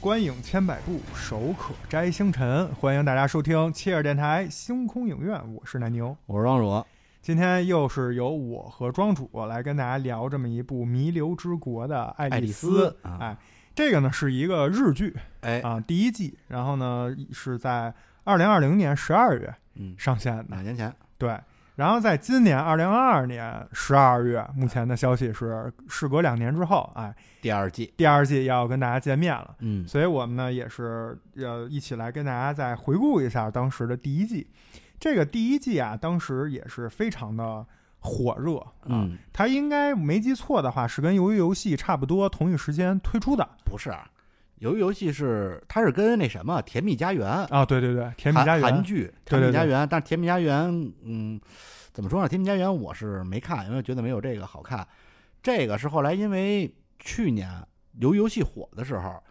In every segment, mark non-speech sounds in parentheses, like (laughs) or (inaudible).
观影千百步，手可摘星辰。欢迎大家收听切尔电台星空影院，我是南牛。我是庄主，今天又是由我和庄主来跟大家聊这么一部《弥留之国》的爱爱丽丽丝丝。啊哎，这个呢是一个日剧哎，啊，第一季，然后呢是在二零二零年十二月嗯，上线的两。年前，对，然后在今年二零二二年十二月，目前的消息是，事隔两年之后，哎，第二季，第二季要跟大家见面了。嗯，所以我们呢也是呃一起来跟大家再回顾一下当时的第一季。这个第一季啊，当时也是非常的火热啊。嗯，它应该没记错的话，是跟《鱿鱼游戏》差不多同一时间推出的不是，啊由于游戏是它是跟那什么《甜蜜家园》《啊。对对对，《甜蜜家园韩》剧《对甜对蜜家园》，但是《甜蜜家园》嗯，怎么说呢，《甜蜜家园》我是没看，因为觉得没有这个好看。这个是后来因为去年由于游戏火的时候，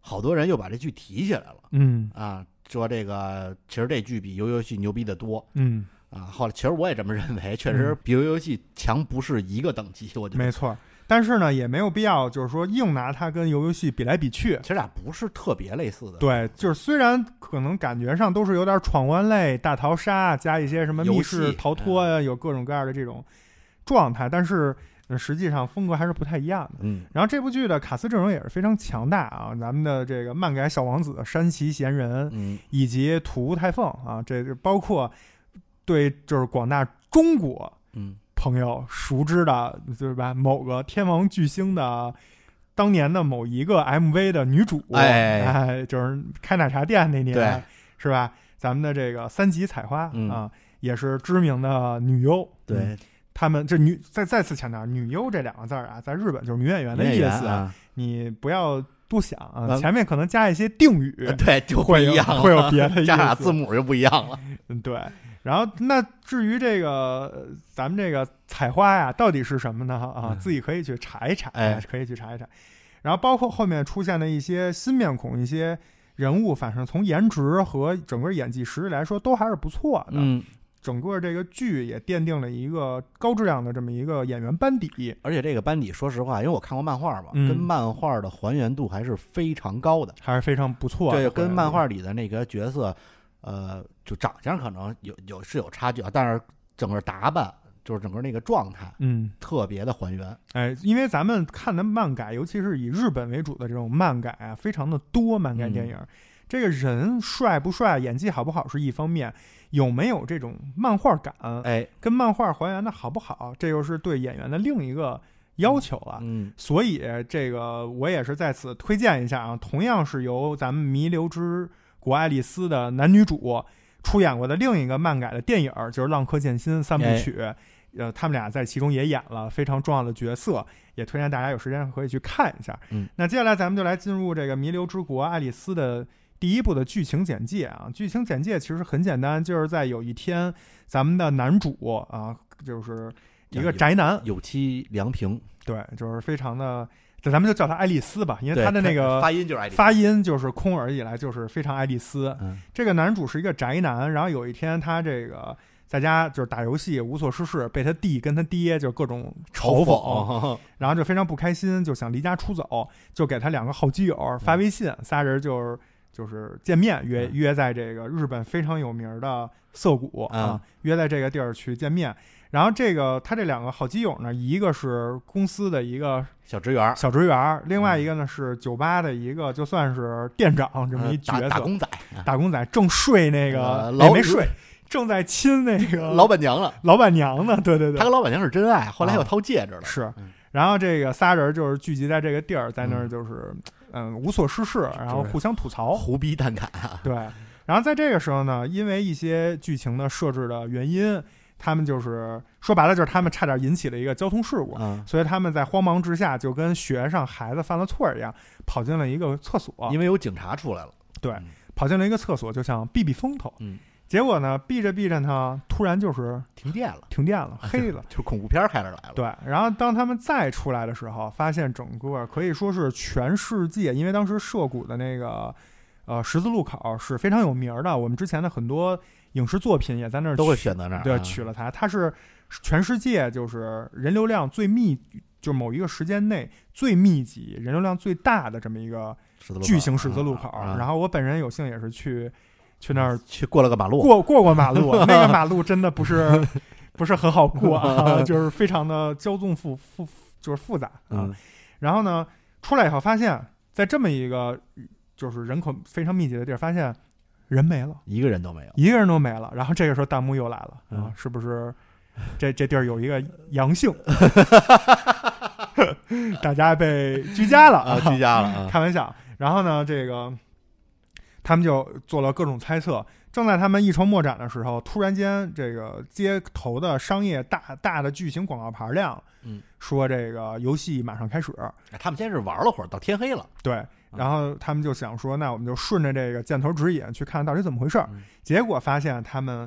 好多人又把这剧提起来了嗯啊，说这个其实这剧比由于游戏牛逼的多。嗯，啊，后来其实我也这么认为，确实嗯比由于游戏强不是一个等级，我觉得没错。但是呢，也没有必要就是说硬拿它跟《鱿鱼游戏》比来比去。其实俩不是特别类似的。对，就是虽然可能感觉上都是有点闯关类、大逃杀啊加一些什么密游室戏嗯逃脱呀、有各种各样的这种状态，但是呃实际上风格还是不太一样的。嗯，然后这部剧的卡斯阵容也是非常强大啊，咱们的这个漫改小王子山崎贤人嗯以及土屋太凤啊，这个包括对就是广大中国嗯朋友熟知的，对吧？某个天王巨星的当年的某一个 MV 的女主，哎哎就是开奶茶店那对年，是吧？咱们的这个三级采花、嗯啊，也是知名的女优。嗯，对，他们这女再再次强调，女优这两个字儿啊，在日本就是女演员的演意员思，啊，你不要多想啊，嗯前面可能加一些定语，呃对，就不啊会一有样了，会有别的意 (laughs) 加俩思字母就不一样了。嗯，对。然后，那至于这个呃咱们这个采花呀，到底是什么呢？啊，嗯自己可以去查一查，哎可以去查一查。然后，包括后面出现的一些新面孔、一些人物，反正从颜值和整个演技实力来说，都还是不错的。嗯，整个这个剧也奠定了一个高质量的这么一个演员班底。而且这个班底，说实话，因为我看过漫画嘛，嗯跟漫画的还原度还是非常高的。还是啊非常不错的，对，跟漫我画里的那个角色，呃，就长相可能有有是有差距啊，但是整个打扮，就是整个那个状觉态，得，嗯，特别的还原。哎，因为咱们看的漫改，尤其是以日本为主的这种漫改啊，非常的多。漫改电影，这个人帅不帅、演技好不好是一方面，有没有这种漫画感，哎，跟漫画还原的好不好，这又是对演员的另一个要求了。嗯，所以，这个我也是在此推荐一下啊，同样是由咱们《弥留之国爱丽丝》的男女主出演过的另一个漫改的电影，就是《浪客剑心》三部曲。呃，他们俩在其中也演了非常重要的角色，也推荐大家有时间可以去看一下。嗯，那接下来咱们就来进入这个《弥留之国爱丽丝》的第一部的剧情简介啊。剧情简介其实很简单，就是在有一天，咱们的男主啊，就是一个宅男，有妻良平，对，就是非常的，咱咱们就叫她爱丽丝吧，因为对她的那个发音就是爱丽丝。发音就是空耳以来就是非常爱丽丝。嗯这个男主是一个宅男，然后有一天他这个在家就是打游戏无所事事，被他弟跟他爹就各种嘲讽， (laughs) 讽，然后就非常不开心，就想离家出走，就给他两个好基友发微信，仨人就是。就是见面约嗯约在这个日本非常有名的涩谷嗯啊，约在这个地儿去见面。然后这个他这两个好基友呢，一个是公司的一个小职员儿，小职员儿，另外一个呢是酒吧的一个，就算是店长这么一角呃色，嗯打打工仔，打工仔正睡那呃个老也没睡，正在亲那个老板娘了。老板娘呢，对对他对，跟老板娘是真爱，后来啊又掏戒指了。是嗯。然后这个仨人就是聚集在这个地儿，在那儿嗯就是嗯无所事事，然后互相吐 (laughs) 槽，胡逼蛋侃啊，对。然后在这个时候呢，因为一些剧情的设置的原因，他们就是说白了就是他们差点引起了一个交通事故，嗯，所以他们在慌忙之下就跟学生孩子犯了错儿一样，跑进了一个厕所。因为有警察出来了，跑进了一个厕所，就想避避风头。嗯，结果呢，避着避着呢，突然就是停电了，停电了，黑了。就恐怖片儿开始来了。对，然后当他们再出来的时候，发现整个可以说是全世界，因为当时涉谷的那个呃十字路口是非常有名儿的，我们之前的很多影视作品也在那儿都会取选择那儿、啊。对取了它，它是全世界就是人流量最密，就是某一个时间内最密集、人流量最大的这么一个十字路口巨型十字路口。啊啊啊然后我本人有幸也是去去那儿去过了个马路，过过过马路，啊那个马路真的不 (laughs) 是不是很好过啊，就是非常的交通复复就是复杂啊。嗯然后呢，出来以后发现，在这么一个就是人口非常密集的地儿，发现人没了，一个人都没有。一个人都没了。然后这个时候弹幕又来了嗯啊，是不是这这地儿有一个阳 (laughs) 性， (laughs) 大家被居家了 (laughs) 啊，居家了啊，开玩笑。然后呢，这个他们就做了各种猜测。正在他们一筹莫展的时候，突然间，这个街头的商业大大的巨型广告牌亮了，嗯说这个游戏马上开始。他们先是玩了会儿，到天黑了，对，然后他们就想说，那我们就顺着这个箭头指引去看到底怎么回事儿嗯。结果发现他们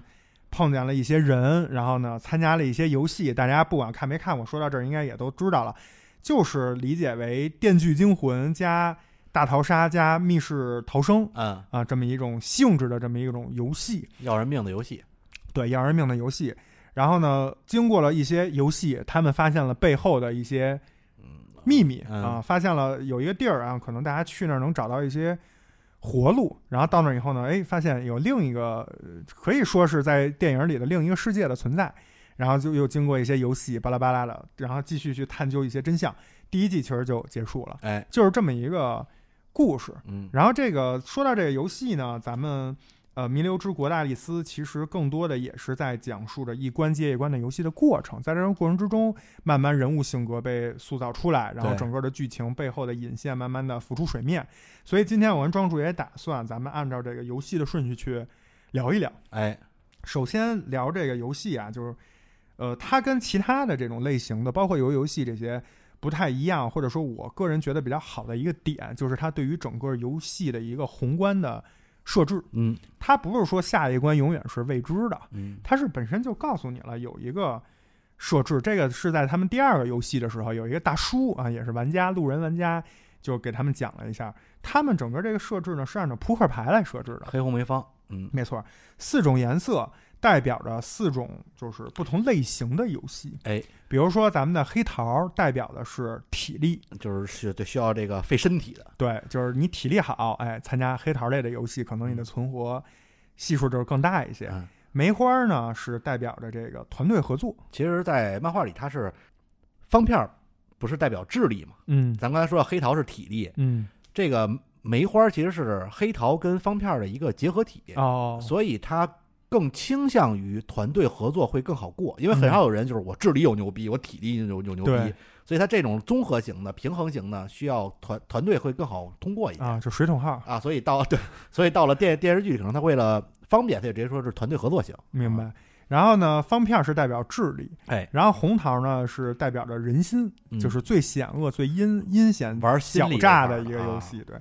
碰见了一些人，然后呢，参加了一些游戏。大家不管看没看过，说到这儿应该也都知道了，就是理解为《电锯惊魂》加大逃杀加密室逃生嗯，啊，这么一种性质的这么一种游戏，要人命的游戏，对，要人命的游戏。然后呢，经过了一些游戏，他们发现了背后的一些秘密嗯啊，发现了有一个地儿啊，可能大家去那儿能找到一些活路。然后到那儿以后呢，哎，发现有另一个呃可以说是在电影里的另一个世界的存在。然后就又经过一些游戏巴拉巴拉的，然后继续去探究一些真相。第一季其实就结束了，哎，就是这么一个故事。嗯，然后这个说到这个游戏呢，咱们呃《弥留之国的爱丽丝》其实更多的也是在讲述着一关接一关的游戏的过程，在这个过程之中，慢慢人物性格被塑造出来，然后对整个的剧情背后的引线慢慢的浮出水面。所以今天我跟庄主也打算，咱们按照这个游戏的顺序去聊一聊。哎，首先聊这个游戏啊，就是呃，它跟其他的这种类型的，包括游游戏这些不太一样，或者说我个人觉得比较好的一个点，就是它对于整个游戏的一个宏观的设置，嗯它不是说下一关永远是未知的，嗯，它是本身就告诉你了有一个。设置这个是在他们第二个游戏的时候，有一个大叔啊，也是玩家，路人玩家，就给他们讲了一下，他们整个这个设置呢是按照扑克牌来设置的，黑红梅方，嗯没错，四种颜色代表着四种就是不同类型的游戏。哎，比如说咱们的黑桃代表的是体力，就是需对需要这个费身体的，对，就是你体力好，哎，参加黑桃类的游戏，可能你的存活系数就是更大一些。嗯梅花呢是代表着这个团队合作，其实，在漫画里它是方片儿不是代表智力嘛？嗯咱刚才说到黑桃是体力，嗯这个梅花其实是黑桃跟方片儿的一个结合体，哦，所以它。更倾向于团队合作会更好过，因为嗯很少有人就是我智力有牛逼，我体力有有牛逼对，所以它这种综合型的、平衡型的，需要团团队会更好通过一点啊，就水桶号，啊。所以到对，所以到了电电视剧，可能它为了方便，它就直接说是团队合作型。明白。然后呢，方片是代表智力，哎，然后红桃呢是代表着人心，嗯就是最险恶、最阴阴险玩啊狡狡诈的一个游，戏，对。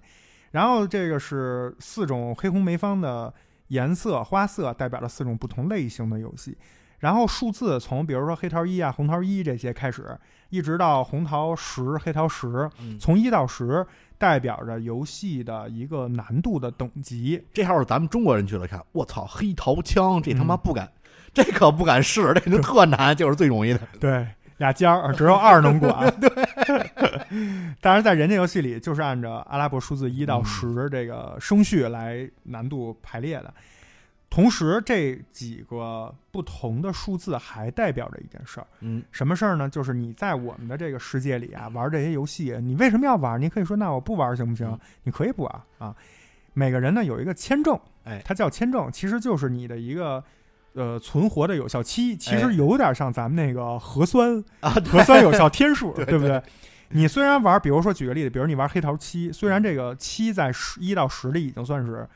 然后这个是四种黑红梅方的颜色花色，代表了四种不同类型的游戏。然后数字从比如说黑桃一啊、红桃一这些开始，一直到红桃十、黑桃十， (laughs) 嗯从一到十代表着游戏的一个难度的等级。这要是咱们中国人去了看，我操，黑桃枪这他妈嗯不敢，这可不敢试，这就特难，就是最容易的。对，俩尖儿只有二能 (laughs) 管。对， (laughs) 但是在人家游戏里，就是按照阿拉伯数字一到嗯十这个升序来难度排列的。同时，这几个不同的数字还代表着一件事儿，嗯，什么事儿呢？就是你在我们的这个世界里啊，玩这些游戏，你为什么要玩？你可以说，那我不玩行不行嗯？你可以不玩啊。每个人呢有一个签证，哎它叫签证，其实就是你的一个呃存活的有效期，其哎实有点像咱们那个核酸啊核酸有效天 (laughs) 数，对不对？你虽然玩，比如说举个例子，比如你玩黑桃七，虽然这个七在十一到十里已经算是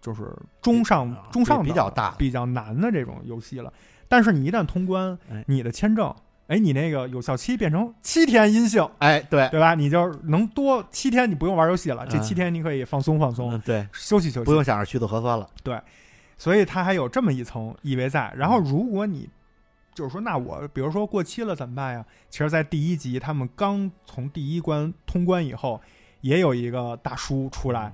就是中上啊中上比等比较大比较难的这种游戏了，但是你一旦通关哎，你的签证，哎，你那个有效期变成七天阴性，哎，对，对吧？你就能多七天，你不用玩游戏了，这嗯七天你可以放松放松，嗯对，休息休息不。用想着去做核酸了。所以它还有这么一层意味在。然后，嗯如果你就是说，那我比如说过期了怎么办呀？其实，在第一嗯集他们刚从第一关通关以后，也有一个大叔出来，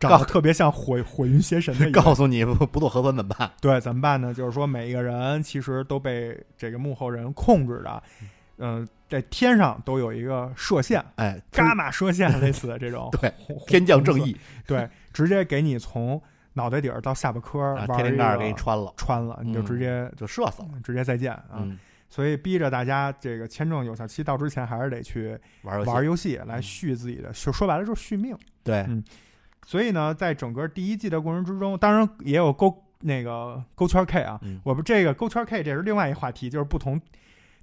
长得特别像火火云邪 (laughs) 神的一个。告诉你不不做核酸怎么办？对，怎么办呢？就是说每一个人其实都被这个幕后人控制的，嗯、在天上都有一个射线，哎，，伽马射线类似的这种 (laughs) 对红，红天降正红义，色对，直接给你从脑袋底儿到下巴颏儿啊，玩天灵盖儿儿给你穿了，穿了，你就直接、就射死了。直接再见啊。嗯，所以逼着大家这个签证有效期到之前，还是得去玩游戏，嗯玩游嗯戏来续自己的，就说白了就是续命。对，所以呢，在整个第一季的过程之中，当然也有勾那个勾圈 K 啊，嗯我们这个勾圈 K 这是另外一话题，就是不同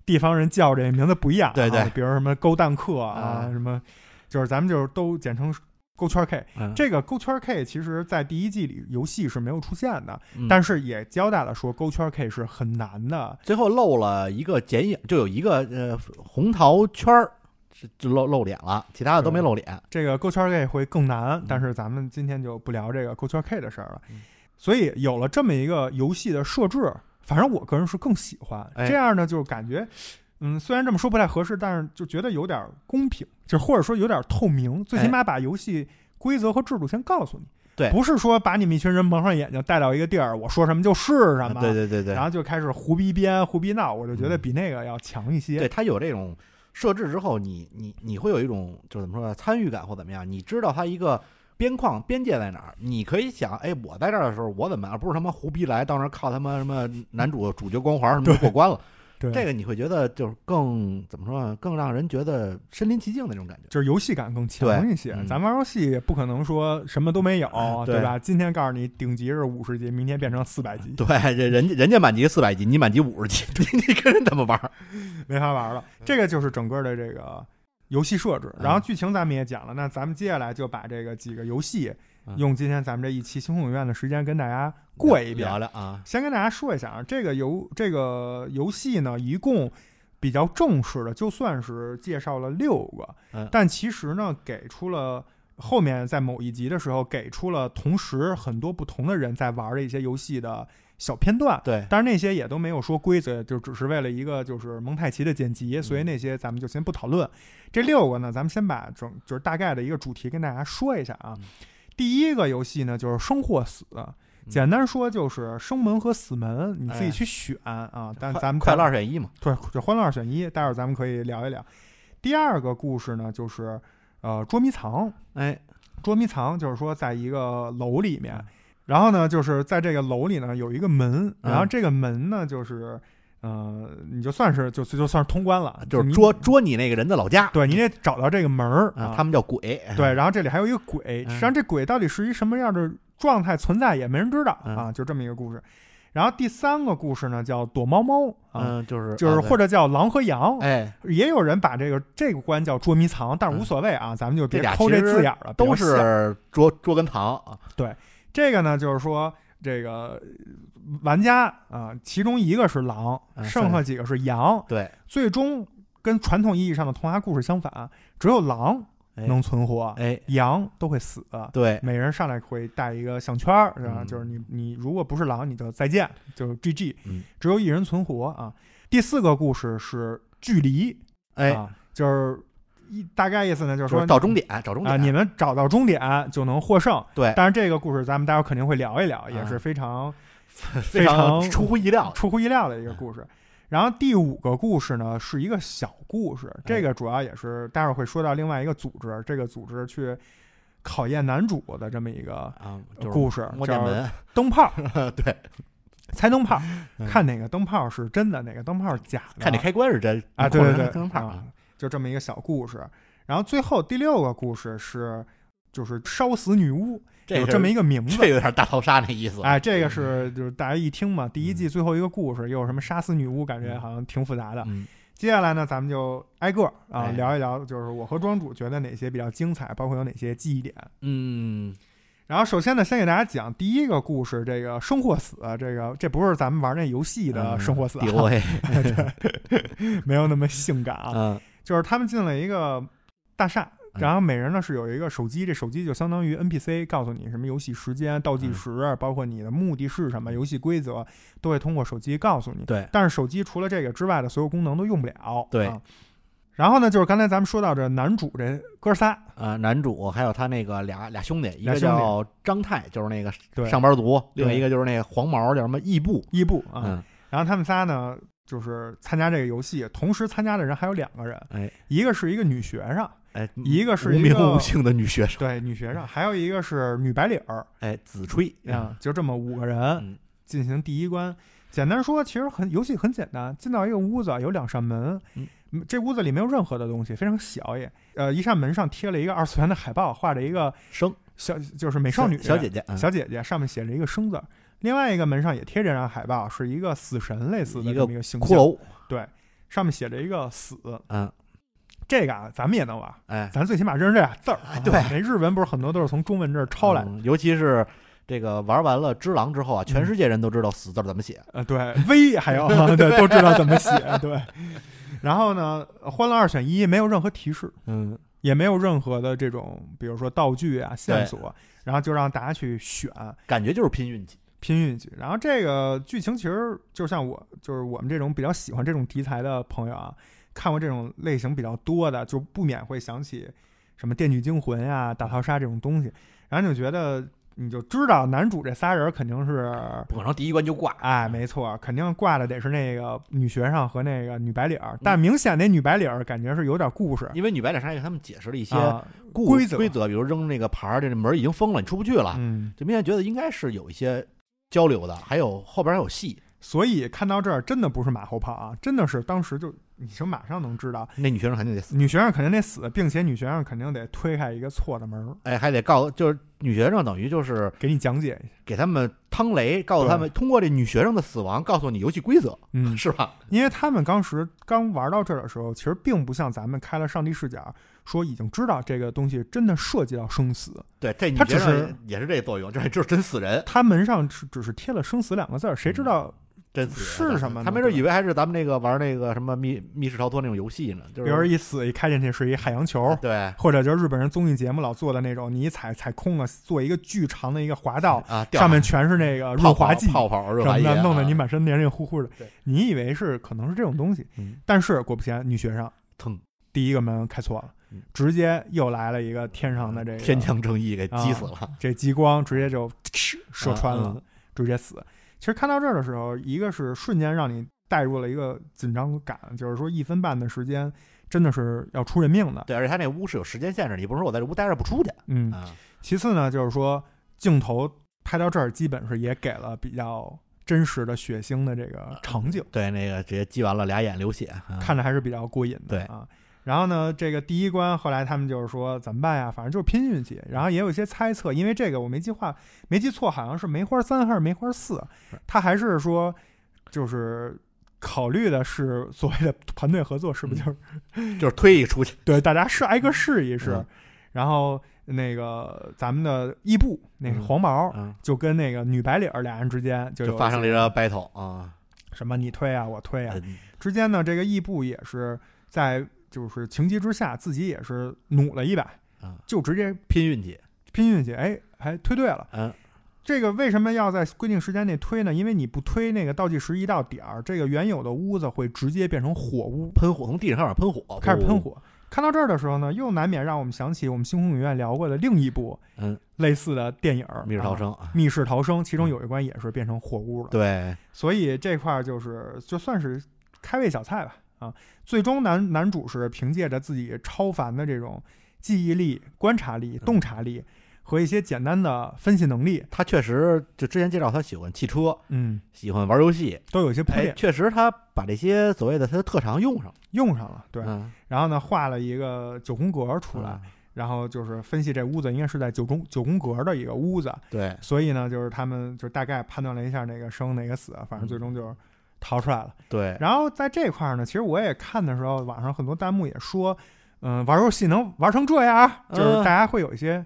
地方人叫这名字不一样、啊，对对比如什么勾蛋客啊，啊什么就是咱们就是都简称勾圈 K。嗯这个勾圈 K 其实在第一季里游戏是没有出现的，嗯但是也交代了说勾圈 K 是很难的，最后露了一个剪影，就有一个呃红桃圈儿，是就露露脸了，其他的都没露脸。这个勾圈 K 会更难嗯，但是咱们今天就不聊这个勾圈 K 的事儿了嗯。所以有了这么一个游戏的设置，反正我个人是更喜欢。哎这样呢，就感觉，嗯，虽然这么说不太合适，但是就觉得有点公平，就或者说有点透明，最起码把游戏规则和制度先告诉你。哎对不是说把你们一群人蒙上眼睛带到一个地儿，我说什么就是什么，啊对对对对然，后就开始胡逼编、胡逼闹，我就觉得嗯比那个要强一些。对它有这种设置之后，你你你会有一种就是怎么说呢，参与感或怎么样？你知道它一个边框边界在哪儿，你可以想，哎，我在这儿的时候我怎么啊办？而不是他妈胡逼来到那儿靠他妈什么男主主角光环什么就过关了。对，这个你会觉得就是更怎么说呢？更让人觉得身临其境那种感觉。就是游戏感更强一些对。嗯哎咱玩游戏也不可能说什么都没有，对对吧？今天告诉你顶级是五十级，明天变成四百 (laughs) 级，对，这人家人家满级四百级，你满级五十级， (laughs) 你你跟人怎么玩儿？没法玩了。这个就是整个的这个游戏设置。嗯然后剧情咱们也讲了，那咱们接下来就把这个几个游戏嗯，用今天咱们这一期星空影院的时间跟大家过一遍聊。聊啊，先跟大家说一下啊，这个游这个游戏呢，一共比较正式的，就算是介绍了六个，嗯但其实呢，给出了后面在某一集的时候，给出了同时很多不同的人在玩的一些游戏的小片段。对，当然，那些也都没有说规则，就只是为了一个就是蒙太奇的剪嗯辑，所以那些咱们就先不讨论。这六个呢，咱们先把整就是大概的一个主题跟大家说一下啊。嗯第一个游戏呢，就是生或死，简单说就是生门和死门，你自己去选啊。但咱们快哎乐二选一嘛，对，就欢乐二选一，待会儿咱们可以聊一聊。第二个故事呢，就是呃捉迷藏，哎，捉迷藏就是说在一个楼里面嗯，然后呢就是在这个楼里呢有一个门，嗯然后这个门呢就是呃你就算是就就就算是通关了，就是啊你捉，捉你那个人的老家，对你得找到这个门儿啊，他们叫鬼，对，然后这里还有一个鬼，嗯实际上这鬼到底是一什么样的状态存在也没人知道嗯啊，就这么一个故事。然后第三个故事呢叫躲猫猫啊，嗯，就是就是啊或者叫狼和羊，对哎，嗯也有人把这个这个关叫捉迷藏，但是无所谓啊，咱们就别这俩抠其这实字眼儿了，都比较像是捉捉跟藏啊，这个呢，就是说这个玩家啊、其中一个是狼，嗯剩下几个是羊，对，最终跟传统意义上的童话故事相反，只有狼哎能存活，哎，羊都会死。对，每人上来会带一个项圈儿，是吧？嗯就是你你如果不是狼，你就再见，就是 GG，、嗯只有一人存活啊。第四个故事是距离，哎，啊，就是一大概意思呢，就是就说是到终点，找终啊，你点，们找到终点就能获胜。对，但是这个故事咱们待会儿肯定会聊一聊，也啊是非常非常出乎意料，出乎意料的一个故事。然后第五个故事呢是一个小故事，哎这个主要也是待会儿会说到另外一个组织，这个组织去考验男主的这么一个啊，就是故事，摸叫剑门，灯 (laughs) 泡，对，猜灯泡，嗯看哪个灯泡是真的，哪个灯泡是假的，看这开关是真啊，对对对，看怕啊，就这么一个小故事。然后最后第六个故事是，就是烧死女巫，这有是这么一个名字这。有点大逃杀那意思，哎，这个是就是大家一听嘛，第一嗯季最后一个故事又有什么杀死女巫，感觉好像挺复杂的。嗯，接下来呢，咱们就挨个儿啊哎聊一聊，就是我和庄主觉得哪些比较精彩，包括有哪些记忆点。嗯，然后首先呢，先给大家讲第一个故事，这个生或死，这个这不是咱们玩那游戏的嗯生或死啊、 D O A， (laughs) 没有那么性感啊。嗯，就是他们进了一个大厦，嗯然后每人呢是有一个手机，这手机就相当于 NPC，告诉你什么游戏时间、倒嗯计时，包括你的目的是什么、游戏规则，都会通过手机告诉你。对，但是手机除了这个之外的所有功能都用不了。对啊然后呢，就是刚才咱们说到这男主这哥仨，啊，男主还有他那个俩俩兄弟，一俩个兄弟叫张泰，就是那个对上班族，对另一个就是那个黄毛，叫什么义布。伊布啊，嗯，然后他们仨呢，就是参加这个游戏，同时参加的人还有两个人，哎一个是一个女学生，哎，一个是无一名个无姓的女学生，对，女嗯学生，还有一个是女白领儿哎，子吹啊，就这么五个人嗯进行第一关。简单说，其实很游戏很简单，进到一个屋子，啊有两扇门嗯，嗯这屋子里没有任何的东西，非常小也。呃，一扇门上贴了一个二次元的海报，画着一个生小就是美少女小姐姐，嗯小姐姐，上面写着一个生字儿。另外一个门上也贴着张海报，是一个死神类似的一这个么一个形骷象，髅，上面写着一个死。嗯，这个啊，咱们也能玩，哎，咱最起码认识这俩字儿、啊。对那日文不是很多都是从中文这儿抄来的。嗯尤其是这个玩完了《只狼》之后啊，嗯全世界人都知道“死”字儿怎么写。呃，对，V 还有对，都知道怎么写，对。然后呢，欢乐二选一没有任何提示，嗯，也没有任何的这种，比如说道具啊、线索，然后就让大家去选感觉就是拼运气。拼运气。然后这个剧情其实就像我，就是我们这种比较喜欢这种题材的朋友啊，看过这种类型比较多的，就不免会想起什么《电锯惊魂》呀、《大逃杀》这种东西，然后就觉得你就知道男主这仨人肯定是不可能第一关就挂，哎，没错，肯定挂的得是那个女学生和那个女白领嗯儿，但明显那女白领儿感觉是有点故事，因为女白脸杀手他们解释了一些啊，固规则规则，比如扔那个牌儿，这门儿已经封了，你出不去了。嗯，就明显觉得应该是有一些交流的，还有后边还有戏。所以看到这儿真的不是马后炮啊，真的是当时就你就马上能知道，那女学生肯定得死，女学生肯定得死，并且女学生肯定得推开一个错的门儿，哎，还得告，就是女学生等于就是给你讲解一下，给他们趟雷，告诉他们通过这女学生的死亡，告诉你游戏规则，嗯，是吧？因为他们当时刚玩到这儿的时候，其实并不像咱们开了上帝视角说已经知道这个东西真的涉及到生死，对，这女她学只是生也是这作用，这就是真死人，他门上只只是贴了生死两个字儿，谁知道真死人是什么呢他没准以为还是咱们那个玩那个什么密密室逃脱那种游戏呢，就比如是一死一开进去是一海洋球，对啊或者就是日本人综艺节目老做的那种，你一踩踩空了，做一个巨长的一个滑道，啊掉哦上面全是那个润滑剂泡泡泡什润滑么液啊，的，弄得你满身黏黏糊糊的对。你以为是可能是这种东西，嗯但是果不其然，女学生腾第一个门开错了嗯，直接又来了一个天上的这个啊天降正义给击死了，这激光，直接就射穿啊了，，直接死。其实看到这儿的时候，一个是瞬间让你带入了一个紧张感，就是说一分半的时间真的是要出人命的。对，而且他那屋是有时间限制，你不是说我在这屋待着不出去嗯，啊，其次呢，就是说镜头拍到这儿，基本是也给了比较真实的血腥的这个场景，啊对，那个直接击完了，俩眼流血，啊看着还是比较过瘾的对啊。然后呢，这个第一关后来他们就是说怎么办呀？反正就是拼运气。然后也有一些猜测，因为这个我没记话，没记错，好像是梅花三还是梅花四是，他还是说就是。考虑的是所谓的团队合作，是不是就是、就是推一出去，对大家是挨个试一试？嗯嗯然后那个咱们的伊布，那个嗯黄毛，嗯，就跟那个女白领儿俩人之间就有就发生了一一个 battle 啊，些什么你推啊我推啊嗯之间呢，这个异步也是在就是情急之下自己也是努了一把啊，就直接拼运气，拼运气，哎，还推对了。嗯，这个为什么要在规定时间内推呢？因为你不推那个倒计时一到点儿，这个原有的屋子会直接变成火屋，喷火，从地上开始喷火，开始喷，哦火。看到这儿的时候呢，又难免让我们想起我们星空影院聊过的另一部嗯，类似的电影《密室逃》生，啊啊。密室逃生，其中有一关也是变成火屋了。对，所以这块儿就是就算是开胃小菜吧啊。最终男男主是凭借着自己超凡的这种记忆力、观察力、嗯洞察力和一些简单的分析能力，他确实就之前介绍他喜欢汽车，嗯，喜欢玩游戏，都有一些铺哎，垫确实他把这些所谓的他的特长用上，用上了。对，嗯，然后呢，画了一个九宫格出来，嗯，然后就是分析这屋子应该是在九宫九宫格的一个屋子，对，所以呢，就是他们就大概判断了一下哪个生哪个死，反正最嗯终就是逃出来了。对，然后在这块儿呢，其实我也看的时候，网上很多弹幕也说，嗯、玩游戏能玩成这样，就是大家会有一些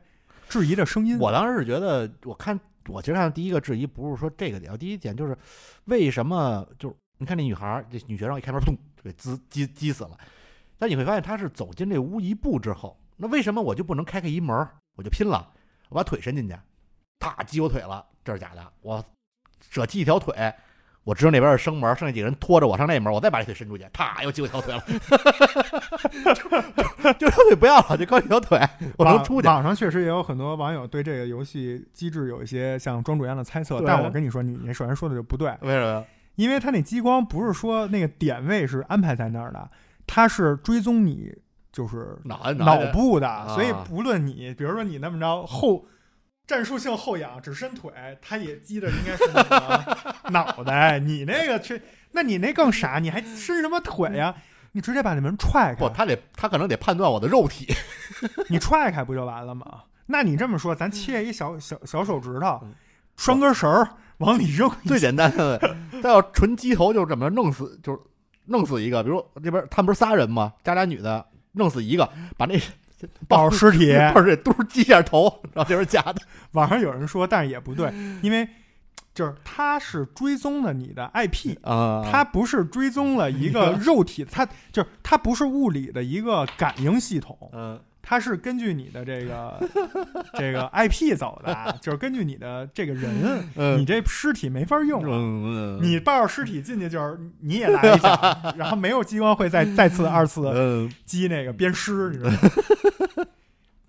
质疑的声音。嗯我当时是觉得，我看我其实看第一个质疑不是说这个点，第一点就是为什么就是你看那女孩儿，这女学生一开门咚就给击击击死了，但你会发现她是走进这屋一步之后，那为什么我就不能开开一门儿我就拼了，我把腿伸进去，啪击我腿了，这是假的，我舍弃一条腿。我知道那边是生门，剩下几个人拖着我上那门，我再把这腿伸出去，啪，又击我一条腿了。就小腿不要了，就高级小腿，我能网出去。网上确实也有很多网友对这个游戏机制有一些像庄主一样的猜测，对但我跟你说，你你首先说的就不对，为什么呀？因为它那激光不是说那个点位是安排在那儿的，它是追踪你就是脑袋脑袋部的，啊所以不论你，比如说你那么着后战术性后仰只伸腿，它也击的应该是你的脑袋。你那个去，那你那更傻，你还伸什么腿呀、你直接把那门踹不，开，他得他可能得判断我的肉体。你踹开不就完了吗？那你这么说，咱切一小小小手指头嗯，拴根绳儿往里扔，最简单的，他要纯鸡头就是怎么着弄死，就是弄死一个，比如这边他们不是仨人吗？加俩女的，弄死一个，把那 (laughs) 抱着尸体。 (laughs) 抱着这嘟儿击一下头，然后这边假的，网上有人说，但是也 (laughs) 不对，因为就是它是追踪了你的 IP，啊它不是追踪了一个肉体，它就是它不是物理的一个感应系 (laughs) 统，嗯它是根据你的这个 (laughs) 这个 IP 走的，啊就是根据你的这个人，你嗯这尸体没法用啊。嗯你抱着尸体进去，就是你也来一 (laughs) 下，然后没有激光会再再次二次嗯击那个鞭尸，你知道吗？ (laughs)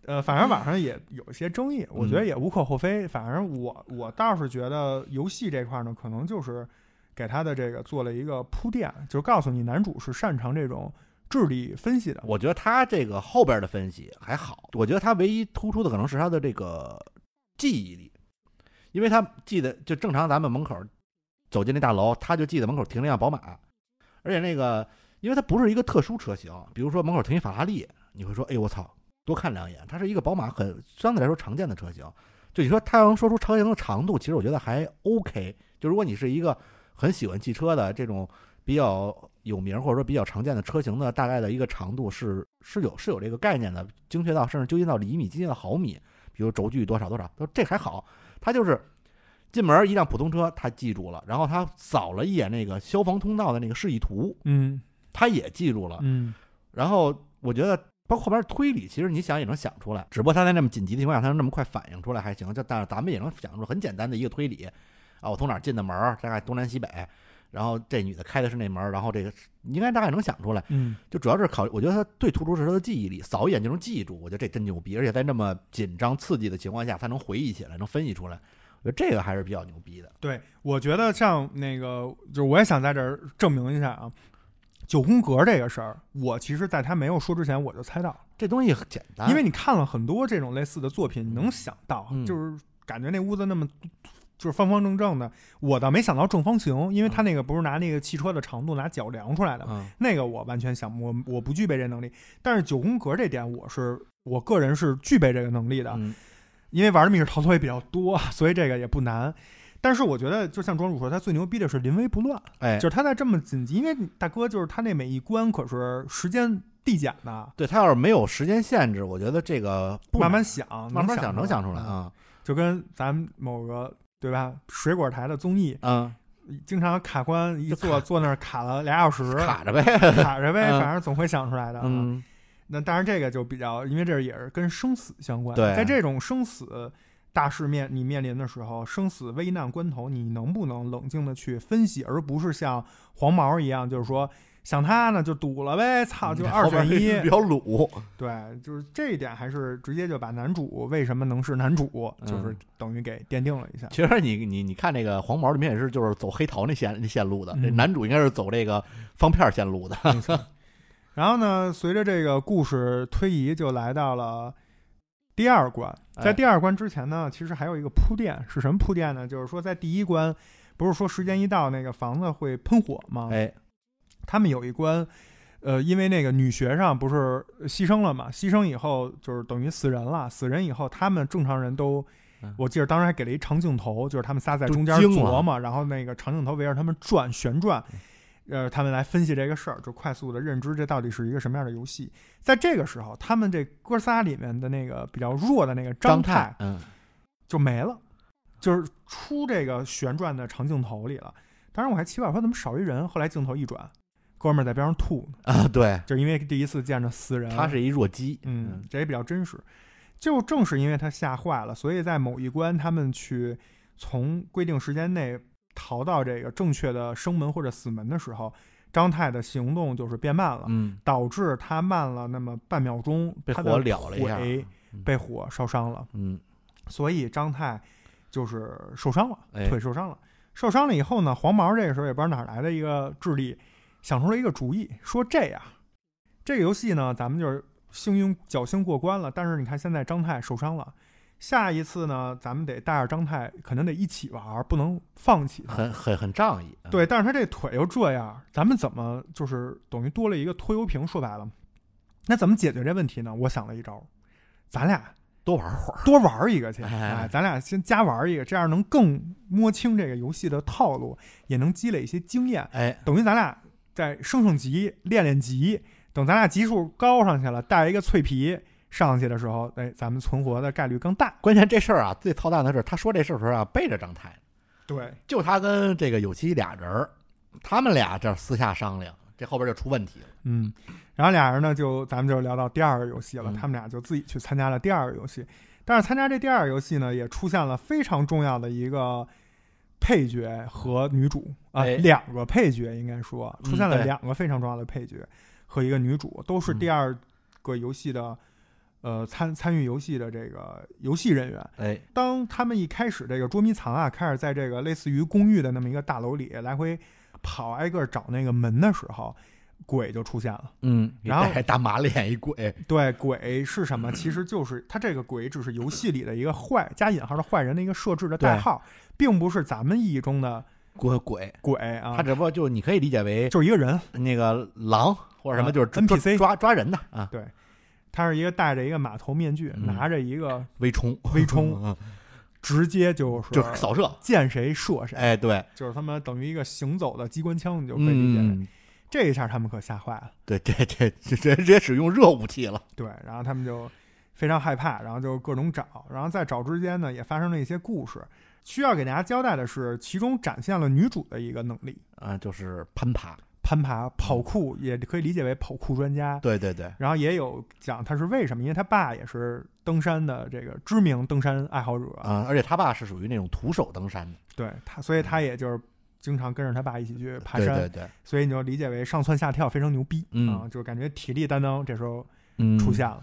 呃，反正网上也有一些争议，我觉得也无可厚非。反正我我倒是觉得游戏这块呢，可能就是给他的这个做了一个铺垫，就是告诉你男主是擅长这种智力分析的。我觉得他这个后边的分析还好，我觉得他唯一突出的可能是他的这个记忆力，因为他记得就正常咱们门口走进那大楼，他就记得门口停了一辆宝马，而且那个因为它不是一个特殊车型，比如说门口停一法拉利，你会说哎我操，多看两眼，它是一个宝马很相对来说常见的车型，就你说他能说出车型的长度，其实我觉得还 OK，就如果你是一个很喜欢汽车的这种比较有名或者说比较常见的车型的大概的一个长度是是有是有这个概念的，精确到甚至究竟到厘米、接近到毫米，比如轴距多少多少，都这还好。他就是进门一辆普通车，他记住了，然后他扫了一眼那个消防通道的那个示意图，嗯他也记住了。嗯，然后我觉得包括后边推理，其实你想也能想出来，只不过他在那么紧急的情况下，他能那么快反应出来还行。就但是咱们也能想出很简单的一个推理啊，我从哪儿进的门儿，大概东南西北，然后这女的开的是那门儿，然后这个应该大概能想出来。嗯，就主要是考，我觉得他最突出是他的记忆力，扫一眼就能记住，我觉得这真牛逼。而且在那么紧张刺激的情况下，他能回忆起来，能分析出来，我觉得这个还是比较牛逼的。对，我觉得像那个，就是我也想在这儿证明一下啊，九宫格这个事儿，我其实在他没有说之前我就猜到了。这东西很简单，因为你看了很多这种类似的作品，你能想到，啊嗯就是感觉那屋子那么就是方方正正的，我倒没想到正方形，因为他那个不是拿那个汽车的长度拿脚量出来的嘛，嗯那个我完全想不我我不具备这能力，但是九宫格这点我是我个人是具备这个能力的，嗯因为玩的密室逃脱也比较多，所以这个也不难。但是我觉得，就像庄主说，他最牛逼的是临危不乱，哎就，是他在这么紧急，因为大哥就是他那每一关可是时间递减的，对他要是没有时间限制，我觉得这个不慢慢难想，慢慢想能啊想出来。啊，就跟咱们某个对吧水果台的综艺，嗯，经常卡关一 (laughs) 就坐坐那儿卡了俩小时，卡 (laughs) 着呗，卡着呗，嗯反正总会想出来的。，嗯，那当然这个就比较，因为这也是跟生死相关。对在这种生死大事面你面临的时候，生死危难关头，你能不能冷静的去分析，而不是像黄毛一样，就是说想他呢就赌了呗， (laughs) 操，嗯就二选一。比较 (laughs) 鲁，对，就是这一点还是直接就把男主为什么能是男主，就是嗯等于给奠定了一下。其实你你你看这个黄毛里面也是就是走黑桃那线那线路的，这嗯男主应该是走这个方片线路的，没错。然后呢，随着这个故事推移，就来到了第二关。哎在第二关之前呢，其实还有一个铺垫，是什么铺垫呢？就是说，在第一关，不是说时间一到，那个房子会喷火吗？哎，他们有一关，呃，因为那个女学生不是呃牺牲了嘛，牺牲以后就是等于死人了，死人以后，他们正常人都嗯。我记得当时还给了一长镜头，就是他们仨在就中间惊了嗯琢磨，然后那个长镜头围着他们转旋转，呃，他们来分析这个事儿，就快速的认知这到底是一个什么样的游戏。在这个时候，他们这哥仨里面的那个比较弱的那个张张太，嗯，就没了，就是出这个旋转的长镜头里了。当时我还奇怪，我说怎么少一人？后来镜头一转，哥们儿在边上吐呢，啊，对，就是因为第一次见着死人。他是一弱鸡，嗯，这也比较真实。就正是因为他吓坏了，所以在某一关他们去从规定时间内逃到这个正确的生门或者死门的时候，张太的行动就是变慢了，嗯，导致他慢了那么半秒钟，被他火的燎了一下，腿被火烧伤了，嗯，所以张太就是受伤了，哎腿受伤了。受伤了以后呢，黄毛这个时候也不知道哪儿来的一个智力，想出了一个主意，说这样，这个游戏呢，咱们就是幸运侥幸过关了。但是你看现在张太受伤了，下一次呢，咱们得带着张太，肯定得一起玩儿，不能放弃他。很很很仗义，嗯，对，但是他这腿又这样，咱们怎么就是等于多了一个拖油瓶？说白了，那怎么解决这问题呢？我想了一招，咱俩多玩会儿，多玩一个去，哎哎，咱俩先加玩一个，这样能更摸清这个游戏的套路，也能积累一些经验，哎，等于咱俩再升升级、练练级，等咱俩级数高上去了，带一个脆皮上去的时候，哎，咱们存活的概率更大。关键这事儿啊，最操蛋的是，他说这事儿的时候啊，背着张太，对，就他跟这个有期俩人儿，他们俩这私下商量，这后边就出问题了，嗯，然后俩人呢就咱们就聊到第二个游戏了，嗯他们俩就自己去参加了第二个游戏，但是参加这第二个游戏呢，也出现了非常重要的一个配角和女主啊、哎两个配角应该说嗯出现了对嗯两个非常重要的配角和一个女主，都是第二个游戏的。呃，参参与游戏的这个游戏人员，哎，当他们一开始这个捉迷藏啊，开始在这个类似于公寓的那么一个大楼里来回跑挨个找那个门的时候，鬼就出现了。 (laughs) 嗯，然后还大马脸一跪，对，鬼是什么？其实就是它这个鬼只是游戏里的一个坏加引号的坏人的一个设置的代号，并不是咱们意义中的滚 (laughs) 鬼，鬼啊他，只不过就你可以理解为就是一个人，那个狼或者什么，啊就是抓 NPC 抓抓人的啊，他是一个戴着一个马头面具，嗯拿着一个微冲，微啊冲， (laughs) 嗯直接就是就是扫射，见谁射谁，哎，对，就是他们等于一个行走的机关枪，你就可以理解为。嗯，这一下他们可吓坏了，对，这这这这直接使用热武器了，对，然后他们就非常害怕，然后就各种找，然后在找之间呢，也发生了一些故事。需要给大家交代的是，其中展现了女主的一个能力。啊，就是攀爬，攀爬、跑酷，也可以理解为跑酷专家。对对对，然后也有讲他是为什么，因为他爸也是登山的这个知名登山爱好者，啊，而且他爸是属于那种徒手登山的，对他，所以他也就是经常跟着他爸一起去爬对山，对对，所以你就理解为上蹿下跳非常牛逼、嗯啊，就是感觉体力担当这时候嗯出现了。